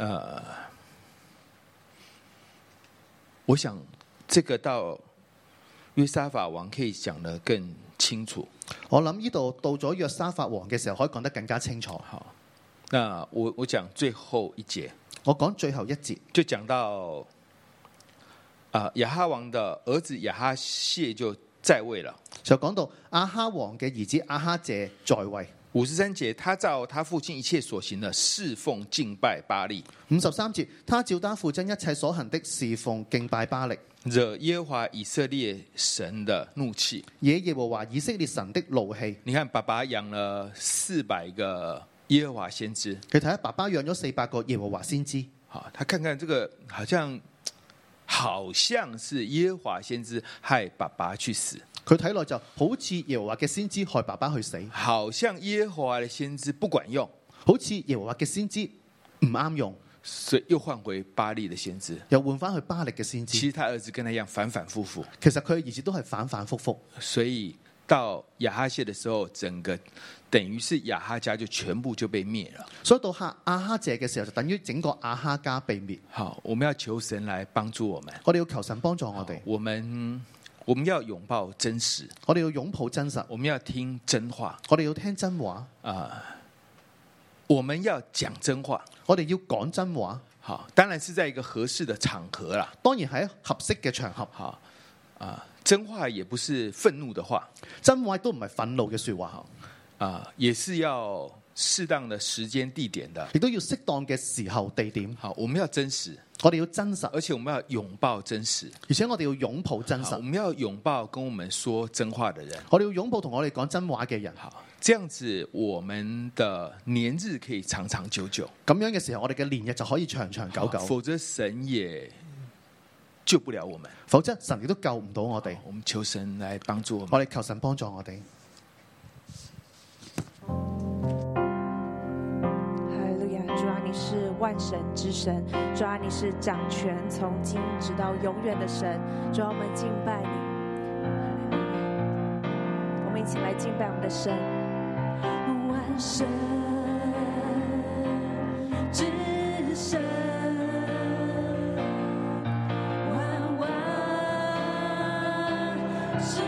[SPEAKER 2] 我想这个到约沙法王可以讲得更清楚。
[SPEAKER 4] 我諗呢度到咗約沙法王嘅時候，可以講得更加清楚。
[SPEAKER 2] 好，那我我讲最后一节，
[SPEAKER 4] 我講最後一節，
[SPEAKER 2] 就讲到啊亚、哈王的儿子亚哈谢就在位了。
[SPEAKER 4] 就講到阿哈王嘅兒子阿哈謝在位。
[SPEAKER 2] 五十三节，他照他父亲一切所行的侍奉敬拜巴利，
[SPEAKER 4] 五十三節，他照他父親一切所行的侍奉敬拜巴力，
[SPEAKER 2] 惹耶和华以色列神的怒气。
[SPEAKER 4] 惹耶和華以色列神的怒氣。
[SPEAKER 2] 你看，爸爸养了四百个耶和华先知，
[SPEAKER 4] 佢睇下爸爸養咗四百個耶和華先知，
[SPEAKER 2] 好，他看看这个好像好像是耶和华先知害爸爸去死，
[SPEAKER 4] 佢睇落就好似耶和華嘅先知害爸爸去死，
[SPEAKER 2] 好像耶和华的先知不管用，
[SPEAKER 4] 好似耶和華嘅先知唔啱用，
[SPEAKER 2] 所以又换回巴利的先知。
[SPEAKER 4] 又換翻去巴力嘅先
[SPEAKER 2] 其
[SPEAKER 4] 知。
[SPEAKER 2] 实他儿子跟他一样反反复复，
[SPEAKER 4] 其實佢嘅兒子都係反反覆覆。
[SPEAKER 2] 所以到亚哈谢的时候，整个等于是亚哈家就全部就被灭了。
[SPEAKER 4] 所以到哈阿哈謝嘅時候，就等於整個阿哈家被滅。
[SPEAKER 2] 好，我们要求神来帮助我们，
[SPEAKER 4] 我哋要求神幫助我哋，
[SPEAKER 2] 我们我们要拥抱真实，
[SPEAKER 4] 我哋要擁抱真實，
[SPEAKER 2] 我们要听真话
[SPEAKER 4] 我哋要聽真話，
[SPEAKER 2] 啊、我们要讲真话。
[SPEAKER 4] 我哋要講真話。
[SPEAKER 2] 好，当然是在一个合适的场合啦。
[SPEAKER 4] 當然喺合適嘅場合，
[SPEAKER 2] 好啊、真话也不是愤怒的话
[SPEAKER 4] 真話都唔係憤怒嘅説話，
[SPEAKER 2] 啊、也是要适当的时间地点的。
[SPEAKER 4] 亦都要適當嘅時候地點。
[SPEAKER 2] 好，我们要真实，
[SPEAKER 4] 我哋要真實，
[SPEAKER 2] 而且我们要拥抱真实。
[SPEAKER 4] 而且我哋要擁抱真
[SPEAKER 2] 好，我
[SPEAKER 4] 實，
[SPEAKER 2] 们要拥抱跟我们说真话的人。
[SPEAKER 4] 我哋要擁抱同我哋講真話嘅人。
[SPEAKER 2] 好，这样子我们的年日可以长长久久，
[SPEAKER 4] 咁樣嘅時候，我哋嘅年日就可以長長久久，
[SPEAKER 2] 否则神也救不了我们。
[SPEAKER 4] 否則神亦都救唔到我哋。
[SPEAKER 2] 我们求神来帮助我们。
[SPEAKER 4] 我哋求神幫助我哋。
[SPEAKER 5] 哈利路亚！主啊，你是万神之神，主啊，你是掌权从今直到永远的神，主啊，我们敬拜你。哈利路亚！我们一起来敬拜我们的神，万神之神，万王之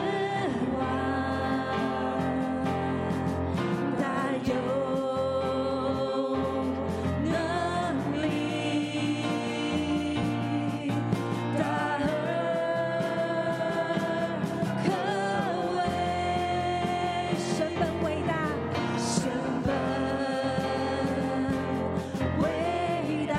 [SPEAKER 5] 王。大有能力，大而可畏，神本伟大，神本伟大。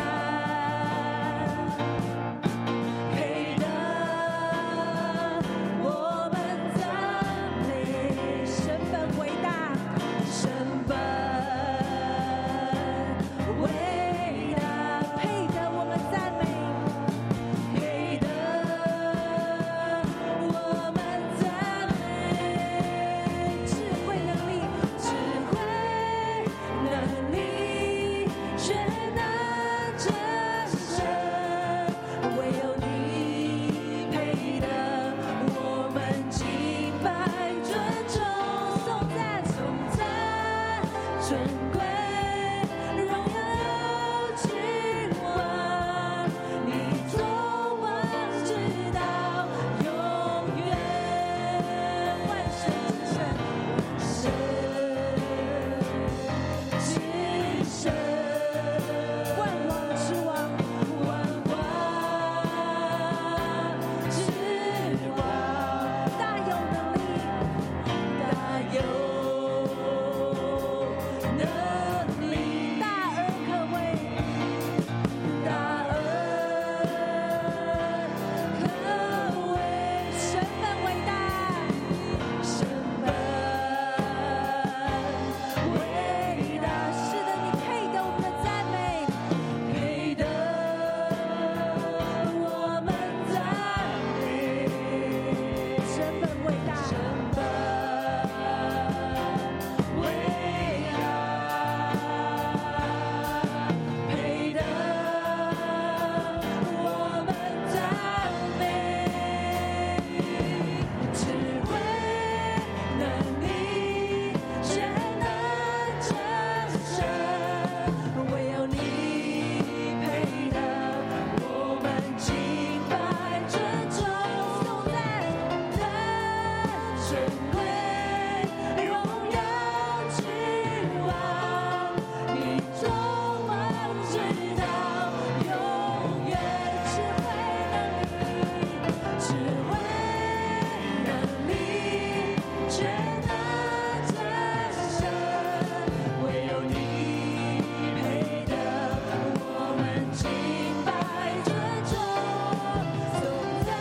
[SPEAKER 5] 权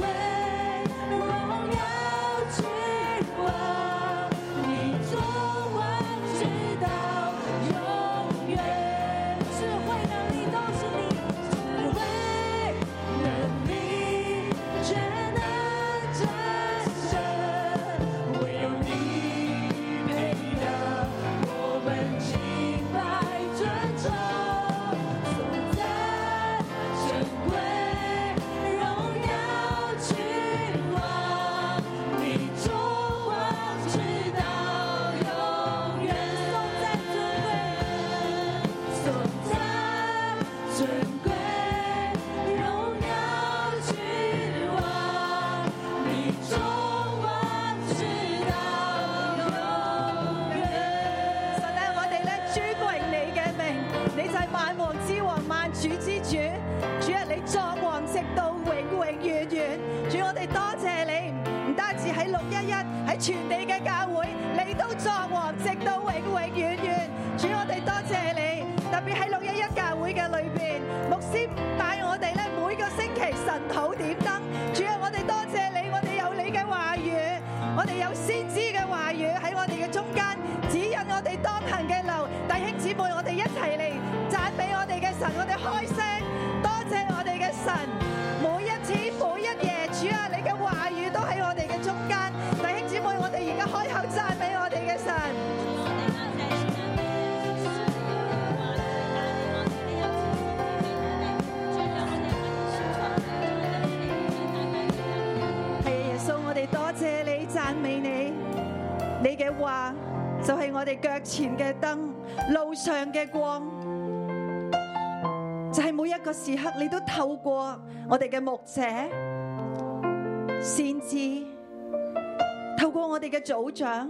[SPEAKER 5] 贵，荣耀之光，你作王直到永远。智慧能力都是你，智慧能力全能战胜，唯有你配得我们敬拜尊崇，颂赞神归荣耀之王，你作王直到永远。颂赞尊贵，颂赞尊贵，荣耀之王，你作王直到永远。
[SPEAKER 4] 神咧，我哋咧尊榮你嘅名，你就係萬王之王、萬主之主。主啊，你作王直到永永遠遠。主，我哋多謝你，唔單止喺六一一，喺全地嘅教會，你都作王直到永永遠遠。主，我哋多謝你，特別喺六一一教會嘅裏邊，牧師帶我哋咧每個星期神土點燈。主啊，我哋多謝你，我哋有你嘅話語。我哋有先知嘅話語喺我哋嘅中間，指引我哋當行嘅路。弟兄姊妹，我哋一齊嚟讚美我哋嘅神，我哋開聲，多謝我哋嘅神。每一次每一夜，主啊，你嘅話語都喺我哋嘅中間。弟兄姊妹，我哋而家開口讚美我哋嘅神。系耶稣，我哋多谢你，赞美你，你嘅话就系我哋脚前嘅灯，路上嘅光，就系、每一个时刻，你都透过我哋嘅牧者、先知，透过我哋嘅组长，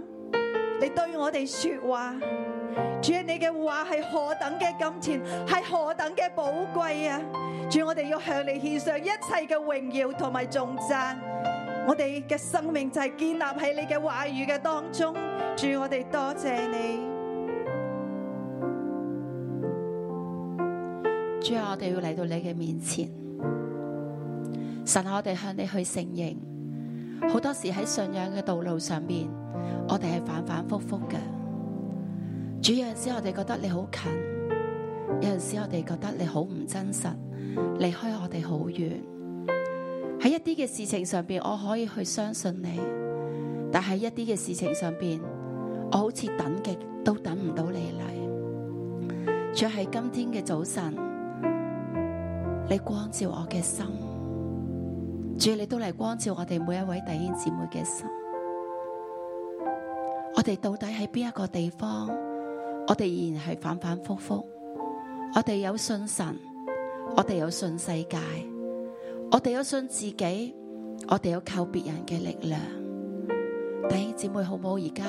[SPEAKER 4] 你对我哋说话。主啊，你嘅话系何等嘅金钱，系何等嘅宝贵啊！主，我哋要向你献上一切嘅荣耀同埋重赞。我哋嘅生命就系建立喺你嘅话语嘅当中。主，我哋多谢你。
[SPEAKER 6] 主啊，我哋要嚟到你嘅面前，神啊，我哋向你去承认，好多时喺信仰嘅道路上面，我哋系反反复复嘅。主有阵时我哋觉得你好近，有阵时我哋觉得你好唔真实，离开我哋好远。喺一啲嘅事情上边，我可以去相信你，但喺一啲嘅事情上边，我好似等极都等唔到你嚟。主喺今天嘅早晨。你光照我嘅心，主你都嚟光照我哋每一位弟兄姊妹嘅心。我哋到底喺边一个地方？我哋依然系反反复复，我哋有信神，我哋有信世界，我哋有信自己，我哋有靠别人嘅力量。弟兄姊妹好唔好？而家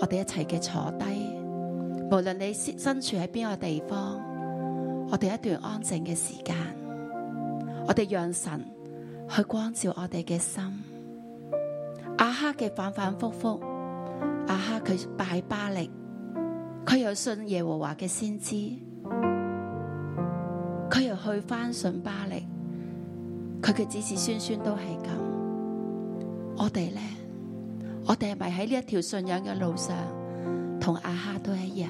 [SPEAKER 6] 我哋一齐嘅坐低，无论你身处喺边个地方。我哋一段安静嘅时间，我哋让神去光照我哋嘅心。阿哈嘅反反复复，阿哈佢拜巴力，佢又信耶和华嘅先知，佢又去翻信巴力，佢嘅子子孫孫都係咁。我哋呢？我哋係咪喺呢一條信仰嘅路上，同阿哈都一樣？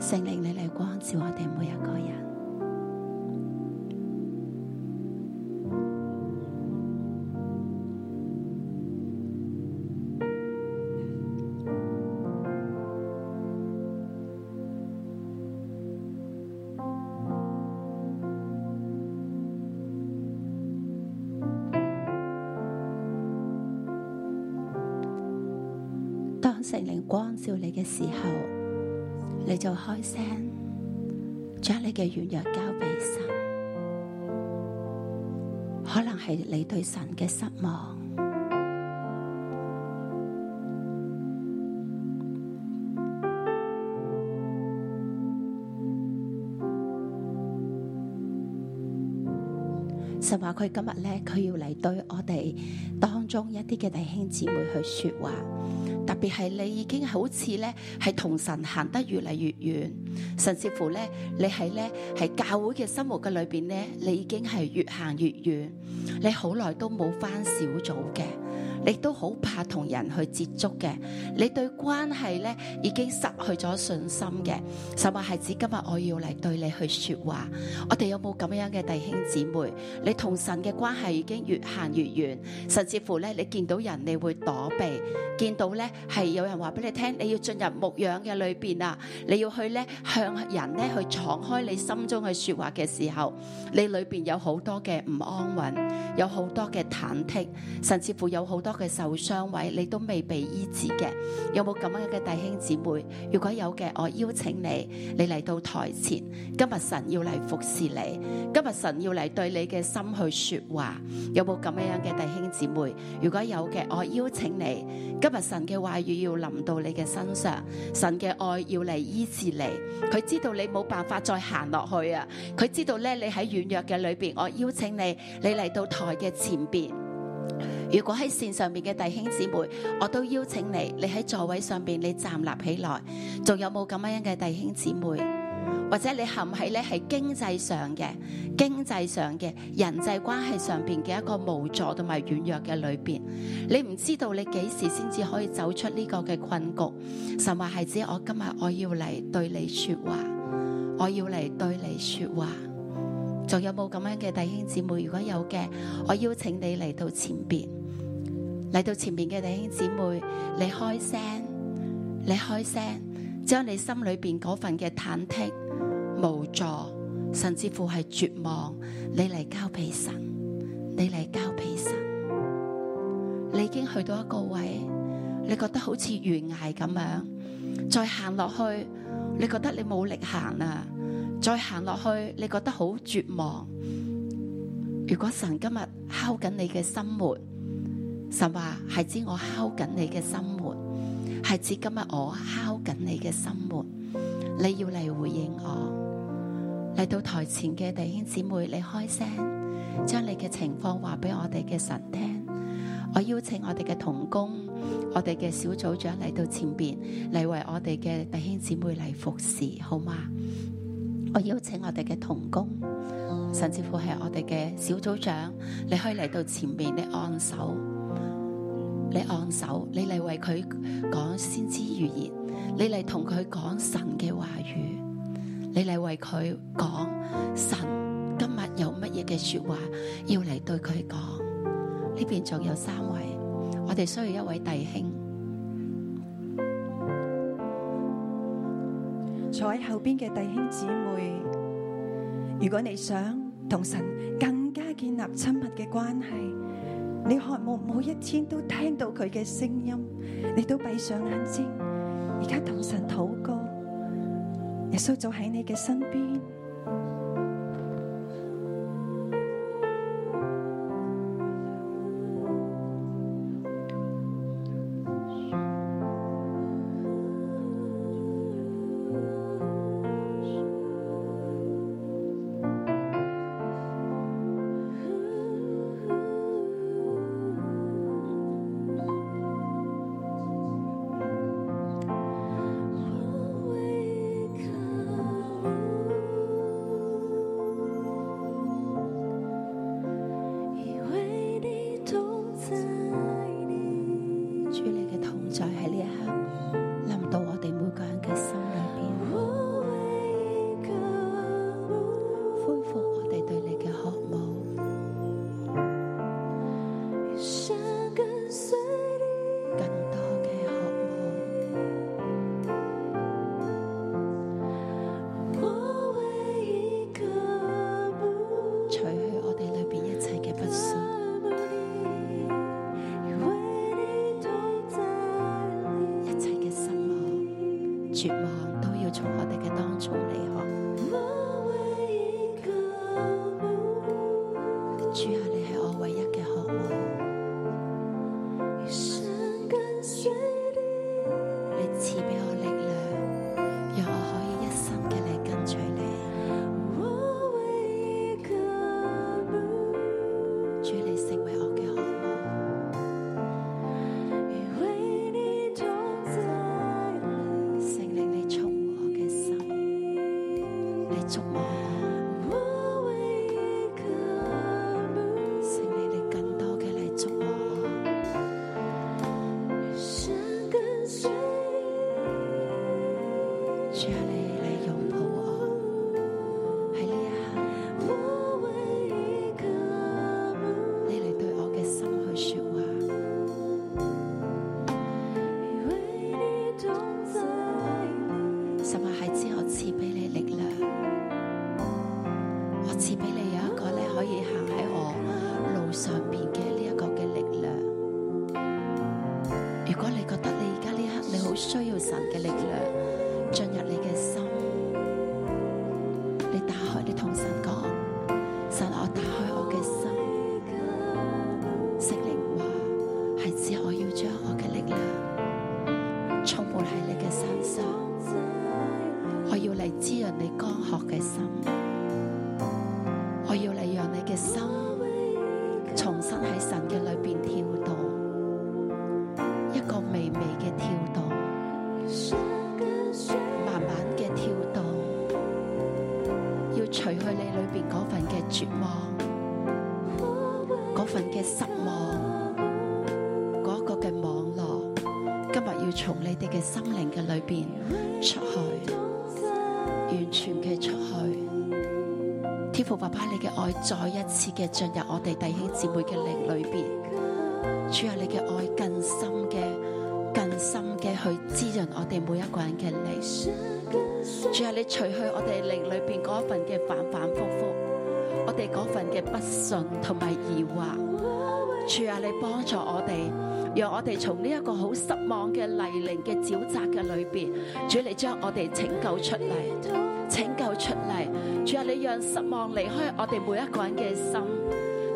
[SPEAKER 6] 圣灵你嚟光照我哋每一个人。当圣灵光照你嘅时候，你就開聲，將你嘅軟弱交俾神。可能係你對神嘅失望，神话佢今日咧，佢要嚟對我哋當中一啲嘅弟兄姊妹去说話，特別係你已經好似咧係同神行得越嚟越遠，甚至乎咧你係咧係教會嘅生活嘅裏边咧，你已經係越行越遠，你好耐都冇翻小組嘅。你都好怕同人去接觸嘅，你對關係咧已經失去咗信心嘅，神話係指今日我要嚟對你去说話。我哋有冇咁樣嘅弟兄姊妹？你同神嘅關係已經越行越遠，甚至乎咧，你見到人你會躲避，見到咧係有人話俾你聽，你要進入牧養嘅裏邊啊，你要去咧向人咧去敞開你心中嘅说話嘅時候，你裏邊有好多嘅唔安穩，有好多嘅忐忑，甚至乎有好多嘅受傷位，你都未被醫治嘅。有冇咁樣嘅弟兄姊妹？如果有嘅，我邀請你，你嚟到台前。今日神要嚟服侍你，今日神要嚟對你嘅心去说話。有冇咁樣嘅弟兄姊妹？如果有嘅，我邀請你，今日神嘅話語要臨到你嘅身上，神嘅愛要嚟醫治你。佢知道你冇辦法再行落去啊！佢知道咧你喺軟弱嘅裏边，我邀請你，你嚟到台嘅前边。如果喺線上面嘅弟兄姊妹，我都邀請你，你喺座位上边你站立起來。仲有冇咁樣嘅弟兄姊妹？或者你陷喺咧係經濟上嘅、經濟上嘅人際關係上邊嘅一個無助同埋軟弱嘅裏邊，你唔知道你幾時先至可以走出呢個嘅困局。神話係指我今日我要嚟對你説話，我要嚟對你説話。仲有冇咁樣嘅弟兄姊妹？如果有嘅，我邀請你嚟到前邊，嚟到前邊嘅弟兄姊妹，你開聲，你開聲，將你心裏邊嗰份嘅忐忑、無助，甚至乎係絕望，你嚟交俾神，你嚟交俾神。你已經去到一個位，你覺得好似懸崖咁樣，再行落去，你覺得你冇力行啦。再行落去，你覺得好絕望。如果神今日敲緊你嘅心門，神話係指我敲緊你嘅心門，係指今日我敲緊你嘅心門，你要嚟回應我。嚟到台前嘅弟兄姊妹，你開聲，將你嘅情況話俾我哋嘅神聽。我邀請我哋嘅童工、我哋嘅小組長嚟到前邊嚟為我哋嘅弟兄姊妹嚟服侍，好嗎？我邀請我哋嘅童工，甚至乎係我哋嘅小組長，你可以嚟到前面，你按手，你按手，你嚟為佢講先知預言，你嚟同佢講神嘅話語，你嚟為佢講神今日有乜嘢嘅说話要嚟對佢講。呢邊仲有三位，我哋需要一位弟兄。
[SPEAKER 7] 坐喺後邊嘅弟兄姊妹，如果你想同神更加建立親密嘅關係，你渴望每一天都聽到佢嘅聲音，你都閉上眼睛，而家同神禱告，耶穌就喺你嘅身邊。
[SPEAKER 5] 我为靠你
[SPEAKER 6] 啊需要神嘅力量進入你嘅心。你打開，你同神講：神，我打開我嘅心。聖靈話：係指我要將我嘅力量充滿喺你嘅身上，我要嚟滋潤你乾渴嘅心，我要嚟讓你嘅心重新喺神嘅裏邊跳動。一個微微嘅跳動，慢慢嘅跳動，要除去你裏邊嗰份嘅絕望，嗰份嘅失望，嗰一個嘅網絡，今日要從你哋嘅心靈嘅裏邊出去，完全嘅出去。天父爸爸，你嘅愛再一次嘅進入我哋弟兄姊妹嘅靈裏邊。主啊，你嘅愛更深嘅、更深嘅去滋潤我哋每一個人嘅靈。主啊，你除去我哋靈裏邊嗰一份嘅反反复复，我哋嗰份嘅不信同埋疑惑。主啊，你幫助我哋，讓我哋從呢一個好失望嘅泥泞嘅沼澤嘅裏邊，主你將我哋拯救出嚟，拯救出嚟。主啊，你讓失望離開我哋每一個人嘅心。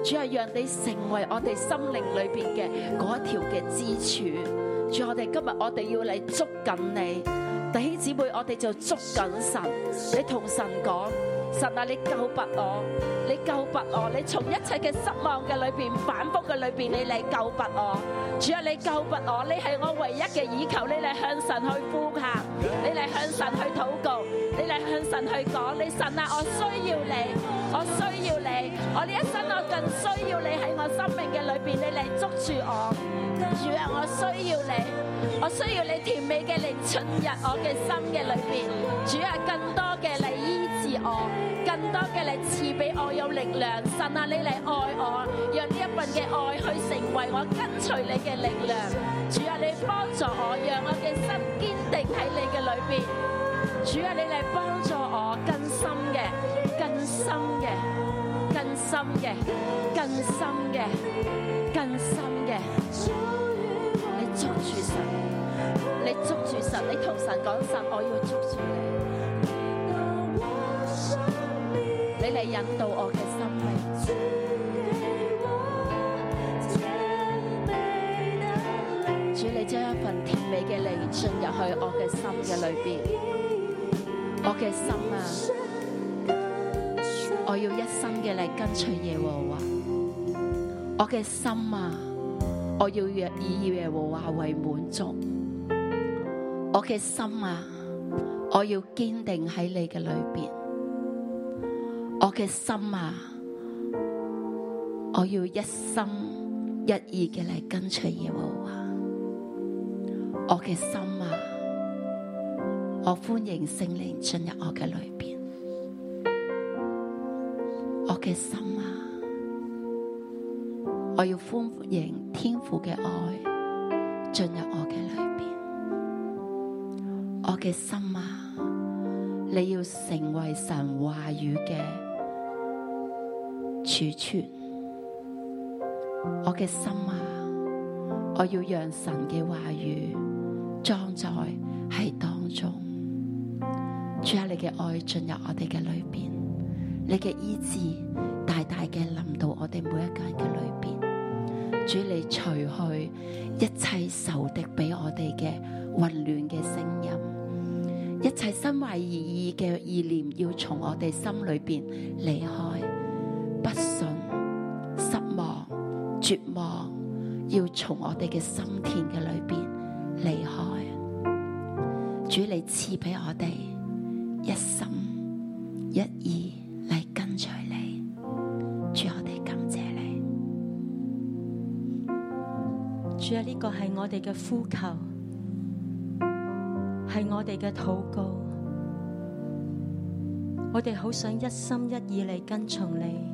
[SPEAKER 6] 主啊，让你成为我哋心灵里边嘅嗰一条嘅支柱。主啊，我哋今日我哋要嚟捉紧你，弟兄姊妹，我哋就捉紧神。你同神讲，神啊，你救拔我，你救拔我，你从一切嘅失望嘅里边、反复嘅里边，你嚟救拔我。主啊，你救拔我，你系我唯一嘅倚求，你嚟向神去呼喊，你嚟向神去祷告，你嚟向神去讲，你神啊，我需要你，我需要你，我呢一生我更需要你喺我生命嘅里边，你嚟捉住我。主啊，我需要你，我需要你甜美嘅嚟進入我嘅心嘅裏邊。主啊，更多嘅嚟醫治我，更多嘅嚟賜俾我有力量。神啊，你嚟愛我，讓呢一份嘅愛去成為我跟隨你嘅力量。主啊，你幫助我，讓我嘅心堅定喺你嘅裏邊。主啊，你嚟幫助我更深嘅、更深嘅、更深嘅、更深嘅、更深嘅。你捉住神，你捉住神，你同神講神，我要捉住你，你嚟引導我嘅生命，主你將一份甜美嘅靈進入去我嘅心嘅裏邊，我嘅心啊，我要一生嘅嚟跟隨耶和華，我嘅心啊。我要以耶和華為滿足。我嘅心啊，我要堅定喺你嘅裏邊。我嘅心啊，我要一心一意嘅嚟跟隨耶和華。我嘅心啊，我歡迎聖靈進入我嘅裏邊。我嘅心啊。我要歡迎天父嘅愛進入我嘅裏邊，我嘅心啊，你要成為神話語嘅儲存，我嘅心啊，我要讓神嘅話語裝載喺當中，主啊，你嘅愛進入我哋嘅裏邊，你嘅醫治大大嘅臨到我哋每一個人嘅裏邊。主你除去一切仇敵俾我哋嘅混亂嘅聲音，一切身懷異意嘅意念要從我哋心裏邊離開，不信、失望、絕望要從我哋嘅心田嘅裏邊離開。主你賜俾我哋一心一意嚟跟隨你，主我哋感謝你。
[SPEAKER 8] 主啊，呢个系我哋嘅呼求，系我哋嘅祷告。我哋好想一心一意嚟跟从你。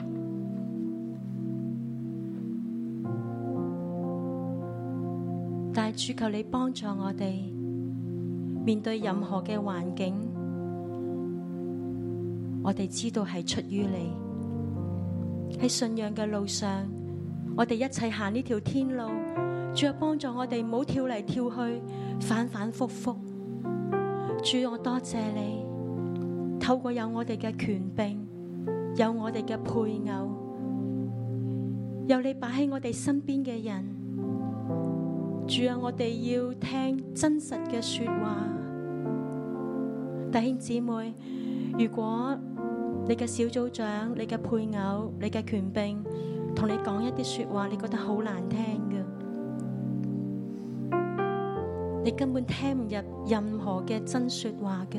[SPEAKER 8] 但系主求你帮助我哋，面对任何嘅环境，我哋知道系出于你。喺信仰嘅路上，我哋一齐行呢条天路。主啊，帮助我哋唔好跳嚟跳去，反反复复。主，我多谢你，透过有我哋嘅權柄，有我哋嘅配偶，有你擺喺我哋身邊嘅人。主啊，我哋要聽真實嘅说話。弟兄姊妹，如果你嘅小組長、你嘅配偶、你嘅權柄，同你講一啲说話，你覺得好難聽嘅。你根本聽唔入任何嘅真说話嘅。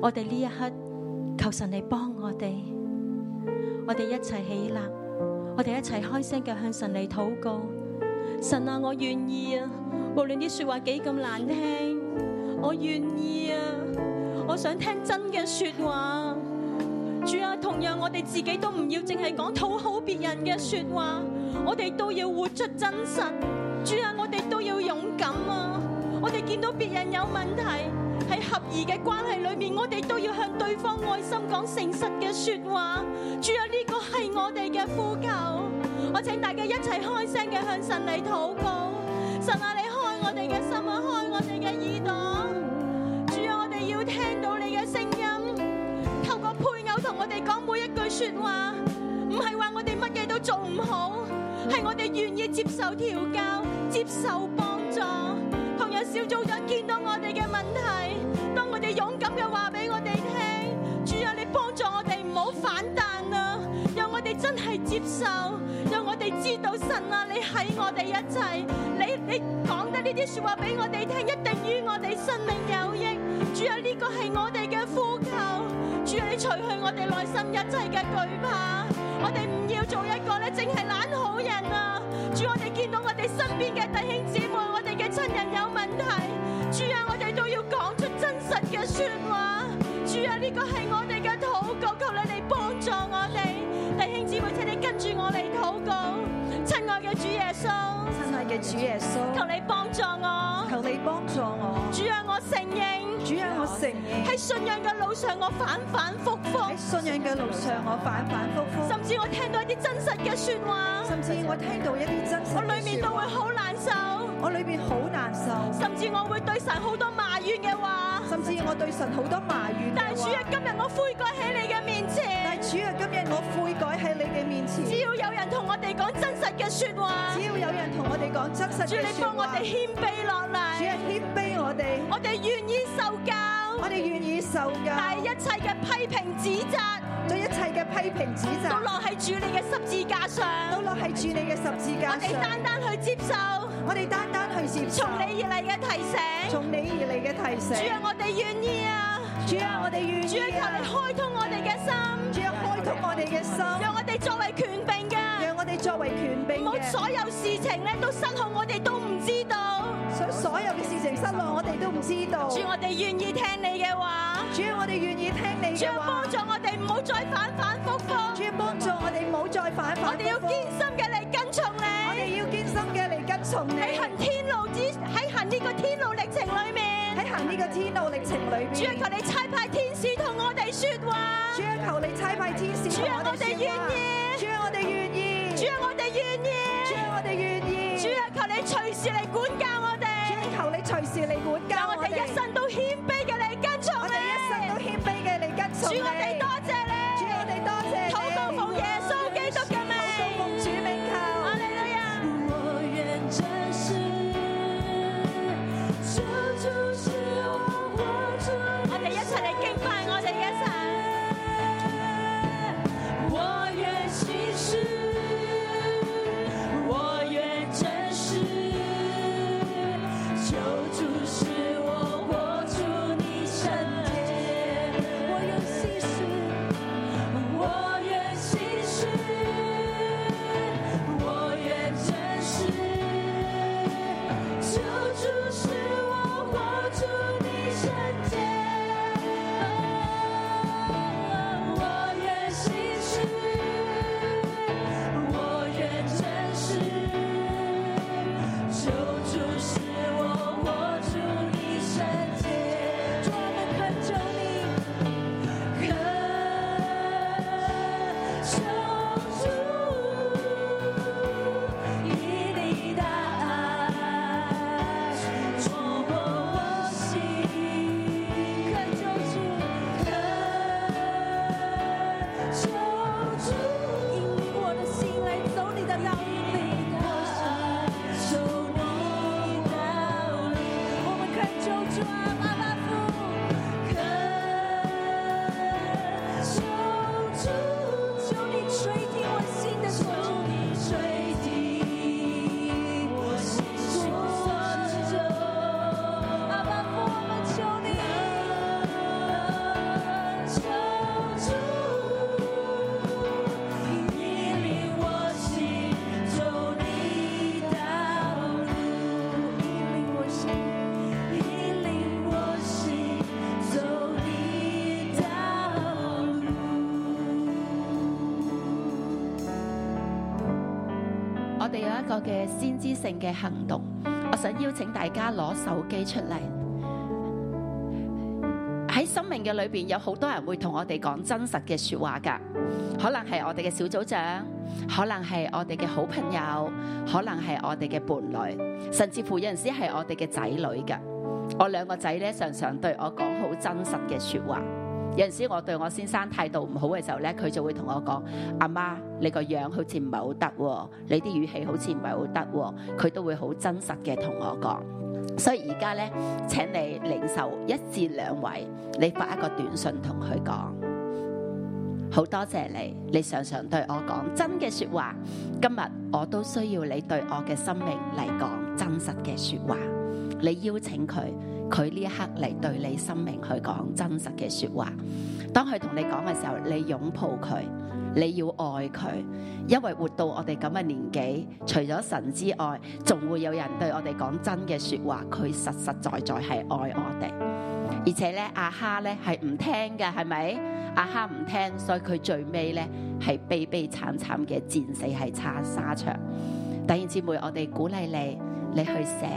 [SPEAKER 8] 我哋呢一刻，求神嚟幫我哋，我哋一齊起立，我哋一齊開聲嘅向神嚟禱告。神啊，我願意啊，無論啲说話幾咁難聽，我願意啊，我想聽真嘅说話。主啊，同樣我哋自己都唔要淨係講討好別人嘅说話，我哋都要活出真實。主啊，我哋都要勇敢啊！我哋見到別人有問題，喺合宜嘅關係裏面，我哋都要向對方愛心講誠實嘅说話。主啊，呢個係我哋嘅呼求。我請大家一齊開聲嘅向神嚟禱告。神啊，你開我哋嘅心啊，開我哋嘅耳朵。主啊，我哋要聽到你嘅聲音。透過配偶同我哋講每一句说話，唔係話我哋乜嘢都做唔好，係我哋願意接受調教、接受幫助。同樣小組長見到我哋嘅問題，當我哋勇敢嘅話俾我哋聽，主啊，你幫助我哋唔好反彈啊！讓我哋真係接受，讓我哋知道神啊，你喺我哋一切，你你講得呢啲说話俾我哋聽，一定於我哋生命有益。主啊，呢個係我哋嘅呼求。主啊，你除去我哋內心一切嘅懼怕，啊我哋唔要做一個咧，淨係懶好人啊！主，我哋見到我哋身邊嘅弟兄姊妹，我哋嘅親人有問題，主啊，我哋都要講出真實嘅说話。主啊，呢個係我哋嘅禱告，求你哋幫助我哋，弟兄姊妹，請你跟住我嚟禱告，親愛嘅主耶穌，
[SPEAKER 7] 亲爱嘅主耶
[SPEAKER 8] 求
[SPEAKER 7] 稣，
[SPEAKER 8] 你幫助我，
[SPEAKER 7] 求你帮助我。
[SPEAKER 8] 主啊，我承認
[SPEAKER 7] 主啊，我承认
[SPEAKER 8] 喺信仰嘅路上，我反反覆覆
[SPEAKER 7] 喺。信仰嘅路上，我反反复复，
[SPEAKER 8] 甚至我聽到一啲真實嘅说話，
[SPEAKER 7] 甚至我聽到一啲真
[SPEAKER 8] 我
[SPEAKER 7] 實
[SPEAKER 8] 裏面
[SPEAKER 7] 嘅
[SPEAKER 8] 都
[SPEAKER 7] 說
[SPEAKER 8] 會
[SPEAKER 7] 話，
[SPEAKER 8] 好難受，
[SPEAKER 7] 我裏面好難受，
[SPEAKER 8] 甚至我會對神好多埋怨嘅話。
[SPEAKER 7] 甚至我對神好多埋怨
[SPEAKER 8] 但
[SPEAKER 7] 嘅
[SPEAKER 8] 係主啊
[SPEAKER 7] 話。，
[SPEAKER 8] 今日我悔改喺你嘅面
[SPEAKER 7] 但
[SPEAKER 8] 前，
[SPEAKER 7] 主啊，今日我悔改喺你嘅面前，
[SPEAKER 8] 只要有人同我哋講真實嘅说話，
[SPEAKER 7] 只要有人同我哋講真實
[SPEAKER 8] 主
[SPEAKER 7] 嘅
[SPEAKER 8] 你
[SPEAKER 7] 說
[SPEAKER 8] 幫我
[SPEAKER 7] 話，
[SPEAKER 8] 哋謙卑落
[SPEAKER 7] 主啊
[SPEAKER 8] 嚟，
[SPEAKER 7] 謙卑我哋，
[SPEAKER 8] 我哋願意受
[SPEAKER 7] 我
[SPEAKER 8] 教，
[SPEAKER 7] 哋願意受
[SPEAKER 8] 但係
[SPEAKER 7] 教，
[SPEAKER 8] 一切嘅批評指責
[SPEAKER 7] 對一切嘅批評指
[SPEAKER 8] 都
[SPEAKER 7] 責
[SPEAKER 8] 落喺主你嘅十字架
[SPEAKER 7] 都
[SPEAKER 8] 上，
[SPEAKER 7] 落喺主你嘅十字
[SPEAKER 8] 我
[SPEAKER 7] 架
[SPEAKER 8] 哋
[SPEAKER 7] 上
[SPEAKER 8] 單，單去接受
[SPEAKER 7] 我哋單單去接受
[SPEAKER 8] 從你而嚟嘅提醒。
[SPEAKER 7] 從你而嚟嘅提
[SPEAKER 8] 主
[SPEAKER 7] 醒
[SPEAKER 8] 啊，。我哋願意啊！
[SPEAKER 7] 主啊，我哋願
[SPEAKER 8] 主啊，
[SPEAKER 7] 意啊！
[SPEAKER 8] 求你開通我哋嘅心。
[SPEAKER 7] 主啊，開通我哋嘅心，
[SPEAKER 8] 让我哋作为权柄嘅，
[SPEAKER 7] 讓我哋作為權
[SPEAKER 8] 唔
[SPEAKER 7] 柄
[SPEAKER 8] 好
[SPEAKER 7] 嘅，
[SPEAKER 8] 所有事情咧都失控，我哋都唔知道。
[SPEAKER 7] 想所有嘅事情失落，我哋都唔知道。
[SPEAKER 8] 主，啊我哋願意聽你嘅話，
[SPEAKER 7] 主啊，我哋願意聽你
[SPEAKER 8] 主
[SPEAKER 7] 嘅
[SPEAKER 8] 啊，
[SPEAKER 7] 話
[SPEAKER 8] 幫。助我哋唔好再反反覆
[SPEAKER 7] 主
[SPEAKER 8] 覆，
[SPEAKER 7] 啊，幫助我哋唔好再反
[SPEAKER 8] 我
[SPEAKER 7] 反
[SPEAKER 8] 哋
[SPEAKER 7] 覆
[SPEAKER 8] 要
[SPEAKER 7] 覆
[SPEAKER 8] 堅心嘅嚟跟從
[SPEAKER 7] 我
[SPEAKER 8] 你。
[SPEAKER 7] 哋要堅心嘅嚟跟從你，
[SPEAKER 8] 喺行天路之喺行呢個天路歷程裏面，
[SPEAKER 7] 喺行呢個天路歷程裏面。
[SPEAKER 8] 主啊，求你差派天使同我哋說話，
[SPEAKER 7] 主啊，求你差派天使
[SPEAKER 8] 主
[SPEAKER 7] 同
[SPEAKER 8] 啊，
[SPEAKER 7] 我
[SPEAKER 8] 我哋
[SPEAKER 7] 哋
[SPEAKER 8] 願
[SPEAKER 7] 說話。
[SPEAKER 8] 意，
[SPEAKER 7] 主啊，我哋願意。
[SPEAKER 8] 主啊，我哋願
[SPEAKER 7] 主
[SPEAKER 8] 意，
[SPEAKER 7] 啊，我哋願意。
[SPEAKER 8] 主啊，求你隨時嚟管教我
[SPEAKER 7] 主
[SPEAKER 8] 哋
[SPEAKER 7] 啊，，求你隨時嚟管教
[SPEAKER 8] 讓我
[SPEAKER 7] 我
[SPEAKER 8] 哋
[SPEAKER 7] 哋
[SPEAKER 8] 一。生都謙卑嘅嚟跟從
[SPEAKER 7] 我哋一生
[SPEAKER 8] 你
[SPEAKER 7] 都。謙卑嘅嚟跟
[SPEAKER 8] 主
[SPEAKER 7] 從
[SPEAKER 8] 我哋
[SPEAKER 7] 你
[SPEAKER 8] 多。謝你，
[SPEAKER 7] 主，我哋多謝你。
[SPEAKER 8] 禱告奉耶穌基督嘅名
[SPEAKER 7] 禱告奉主名求。
[SPEAKER 8] 阿利路亞。
[SPEAKER 5] 我愿真实，守住是我活着。
[SPEAKER 8] 我哋一齊嚟敬拜我哋嘅神，
[SPEAKER 5] 我愿心事，我愿真实，
[SPEAKER 6] 我哋有一個嘅先知性嘅行動。我想邀請大家攞手機出嚟。喺生命嘅裏邊，有好多人會同我哋講真實嘅説話㗎，可能係我哋嘅小組長，可能係我哋嘅好朋友，可能係我哋嘅伴侶，甚至乎有陣時係我哋嘅仔女㗎。我兩個仔咧，常常對我講好真實嘅説話。有陣時我對我先生態度唔好嘅時候咧，佢就會同我講：阿媽，你個樣好似唔係好得喎，你啲語氣好似唔係好得喎。佢都會好真實嘅同我講。所以而家咧，請你領受一至兩位，你發一個短信同佢講。好多謝你，你常常對我講真嘅説話。今日我都需要你對我嘅生命嚟講真實嘅説話。你邀請佢，佢呢一刻嚟對你生命去講真實嘅説話。當佢同你講嘅時候，你擁抱佢，你要愛佢，因為活到我哋咁嘅年紀，除咗神之外，仲會有人對我哋講真嘅説話，佢實實在在係愛我哋。而且咧，阿哈咧係唔聽嘅，係咪？阿哈唔聽，所以佢最尾咧係悲悲慘慘嘅戰死喺沙沙場。弟兄姊妹，我哋鼓勵你，你去寫，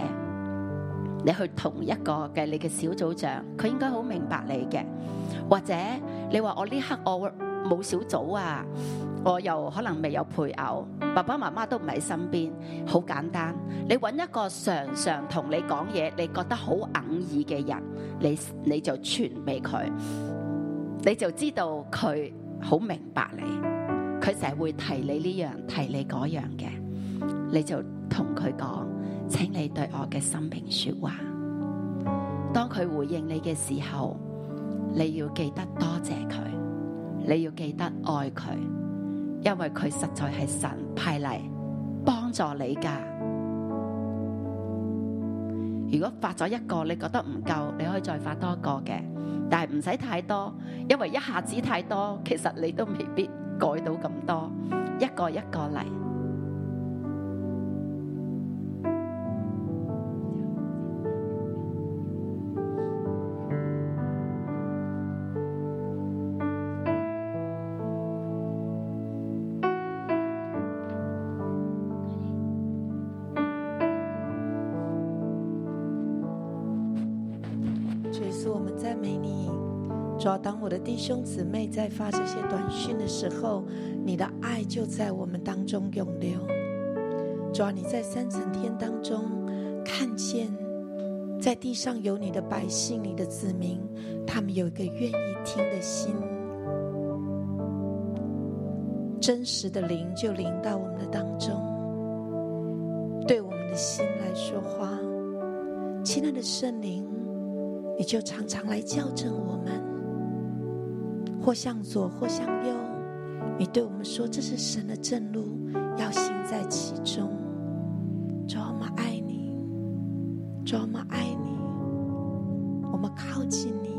[SPEAKER 6] 你去同一個嘅你嘅小組長，佢應該好明白你嘅。或者你話我呢刻我冇小組啊，我又可能未有配偶，爸爸媽媽都唔喺身邊，好簡單。你揾一個常常同你講嘢，你覺得好哽耳嘅人，你你就傳俾佢，你就知道佢好明白你，佢成日會提你呢樣提你嗰樣嘅，你就同佢講，請你對我嘅生命說話。當佢回應你嘅時候，你要記得多謝佢，你要記得愛佢，因為佢實在係神派嚟幫助你噶。如果發咗一個你覺得唔夠，你可以再發多一個嘅，但係唔使太多，因為一下子太多，其實你都未必改到咁多，一個一個嚟。
[SPEAKER 9] 主耶稣，我们赞美你。主啊，当我的弟兄姊妹在发这些短讯的时候，你的爱就在我们当中涌流。主啊，你在三层天当中看见，在地上有你的百姓、你的子民，他们有一个愿意听的心。真实的灵就临到我们的当中，对我们的心来说话。亲爱的圣灵，你就常常来校正我们，或向左，或向右。你对我们说，这是神的正路，要行在其中。主啊，我们爱你，主啊，我们爱你，我们靠近你，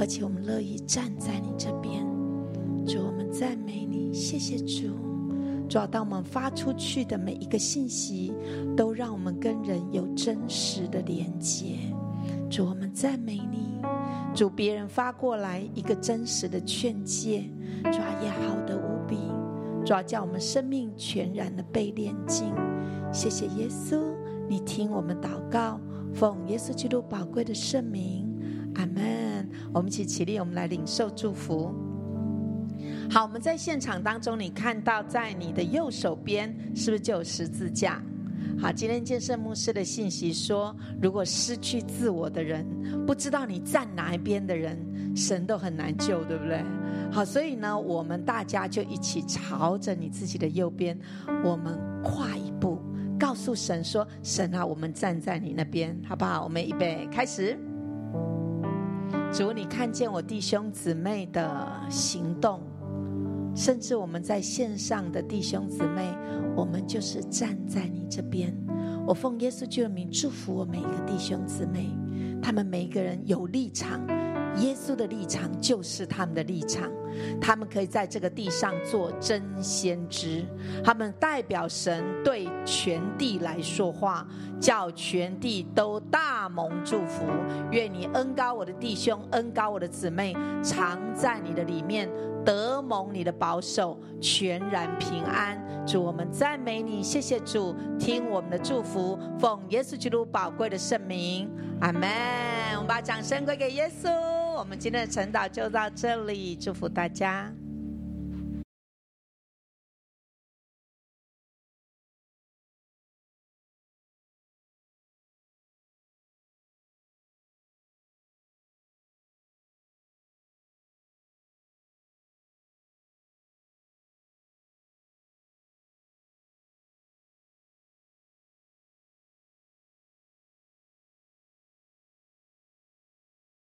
[SPEAKER 9] 而且我们乐意站在你这边。主，我们赞美你，谢谢主。主啊，当我们发出去的每一个信息，都让我们跟人有真实的连接。主，我们赞美你。主，别人发过来一个真实的劝诫，主啊，也好的无比。主啊，叫我们生命全然的被炼净。谢谢耶稣，你听我们祷告，奉耶稣基督宝贵的圣名，阿门。我们一起起立，我们来领受祝福。好，我们在现场当中，你看到在你的右手边是不是就有十字架？好，今天建设牧师的信息说，如果失去自我的人，不知道你站哪一边的人，神都很难救，对不对？好，所以呢，我们大家就一起朝着你自己的右边，我们跨一步，告诉神说：“神啊，我们站在你那边，好不好？”我们预备开始。主，你看见我弟兄姊妹的行动，甚至我们在线上的弟兄姊妹，我们就是站在你这边。我奉耶稣基督的名祝福我每一个弟兄姊妹，他们每一个人有立场，耶稣的立场就是他们的立场，他们可以在这个地上做真先知，他们代表神对全地来说话，叫全地都大蒙祝福。愿你恩高我的弟兄，恩高我的姊妹，常在你的里面。得蒙你的保守，全然平安。主，我们赞美你，谢谢主，听我们的祝福，奉耶稣基督宝贵的圣名，阿门。我们把掌声归给耶稣。我们今天的晨祷就到这里，祝福大家。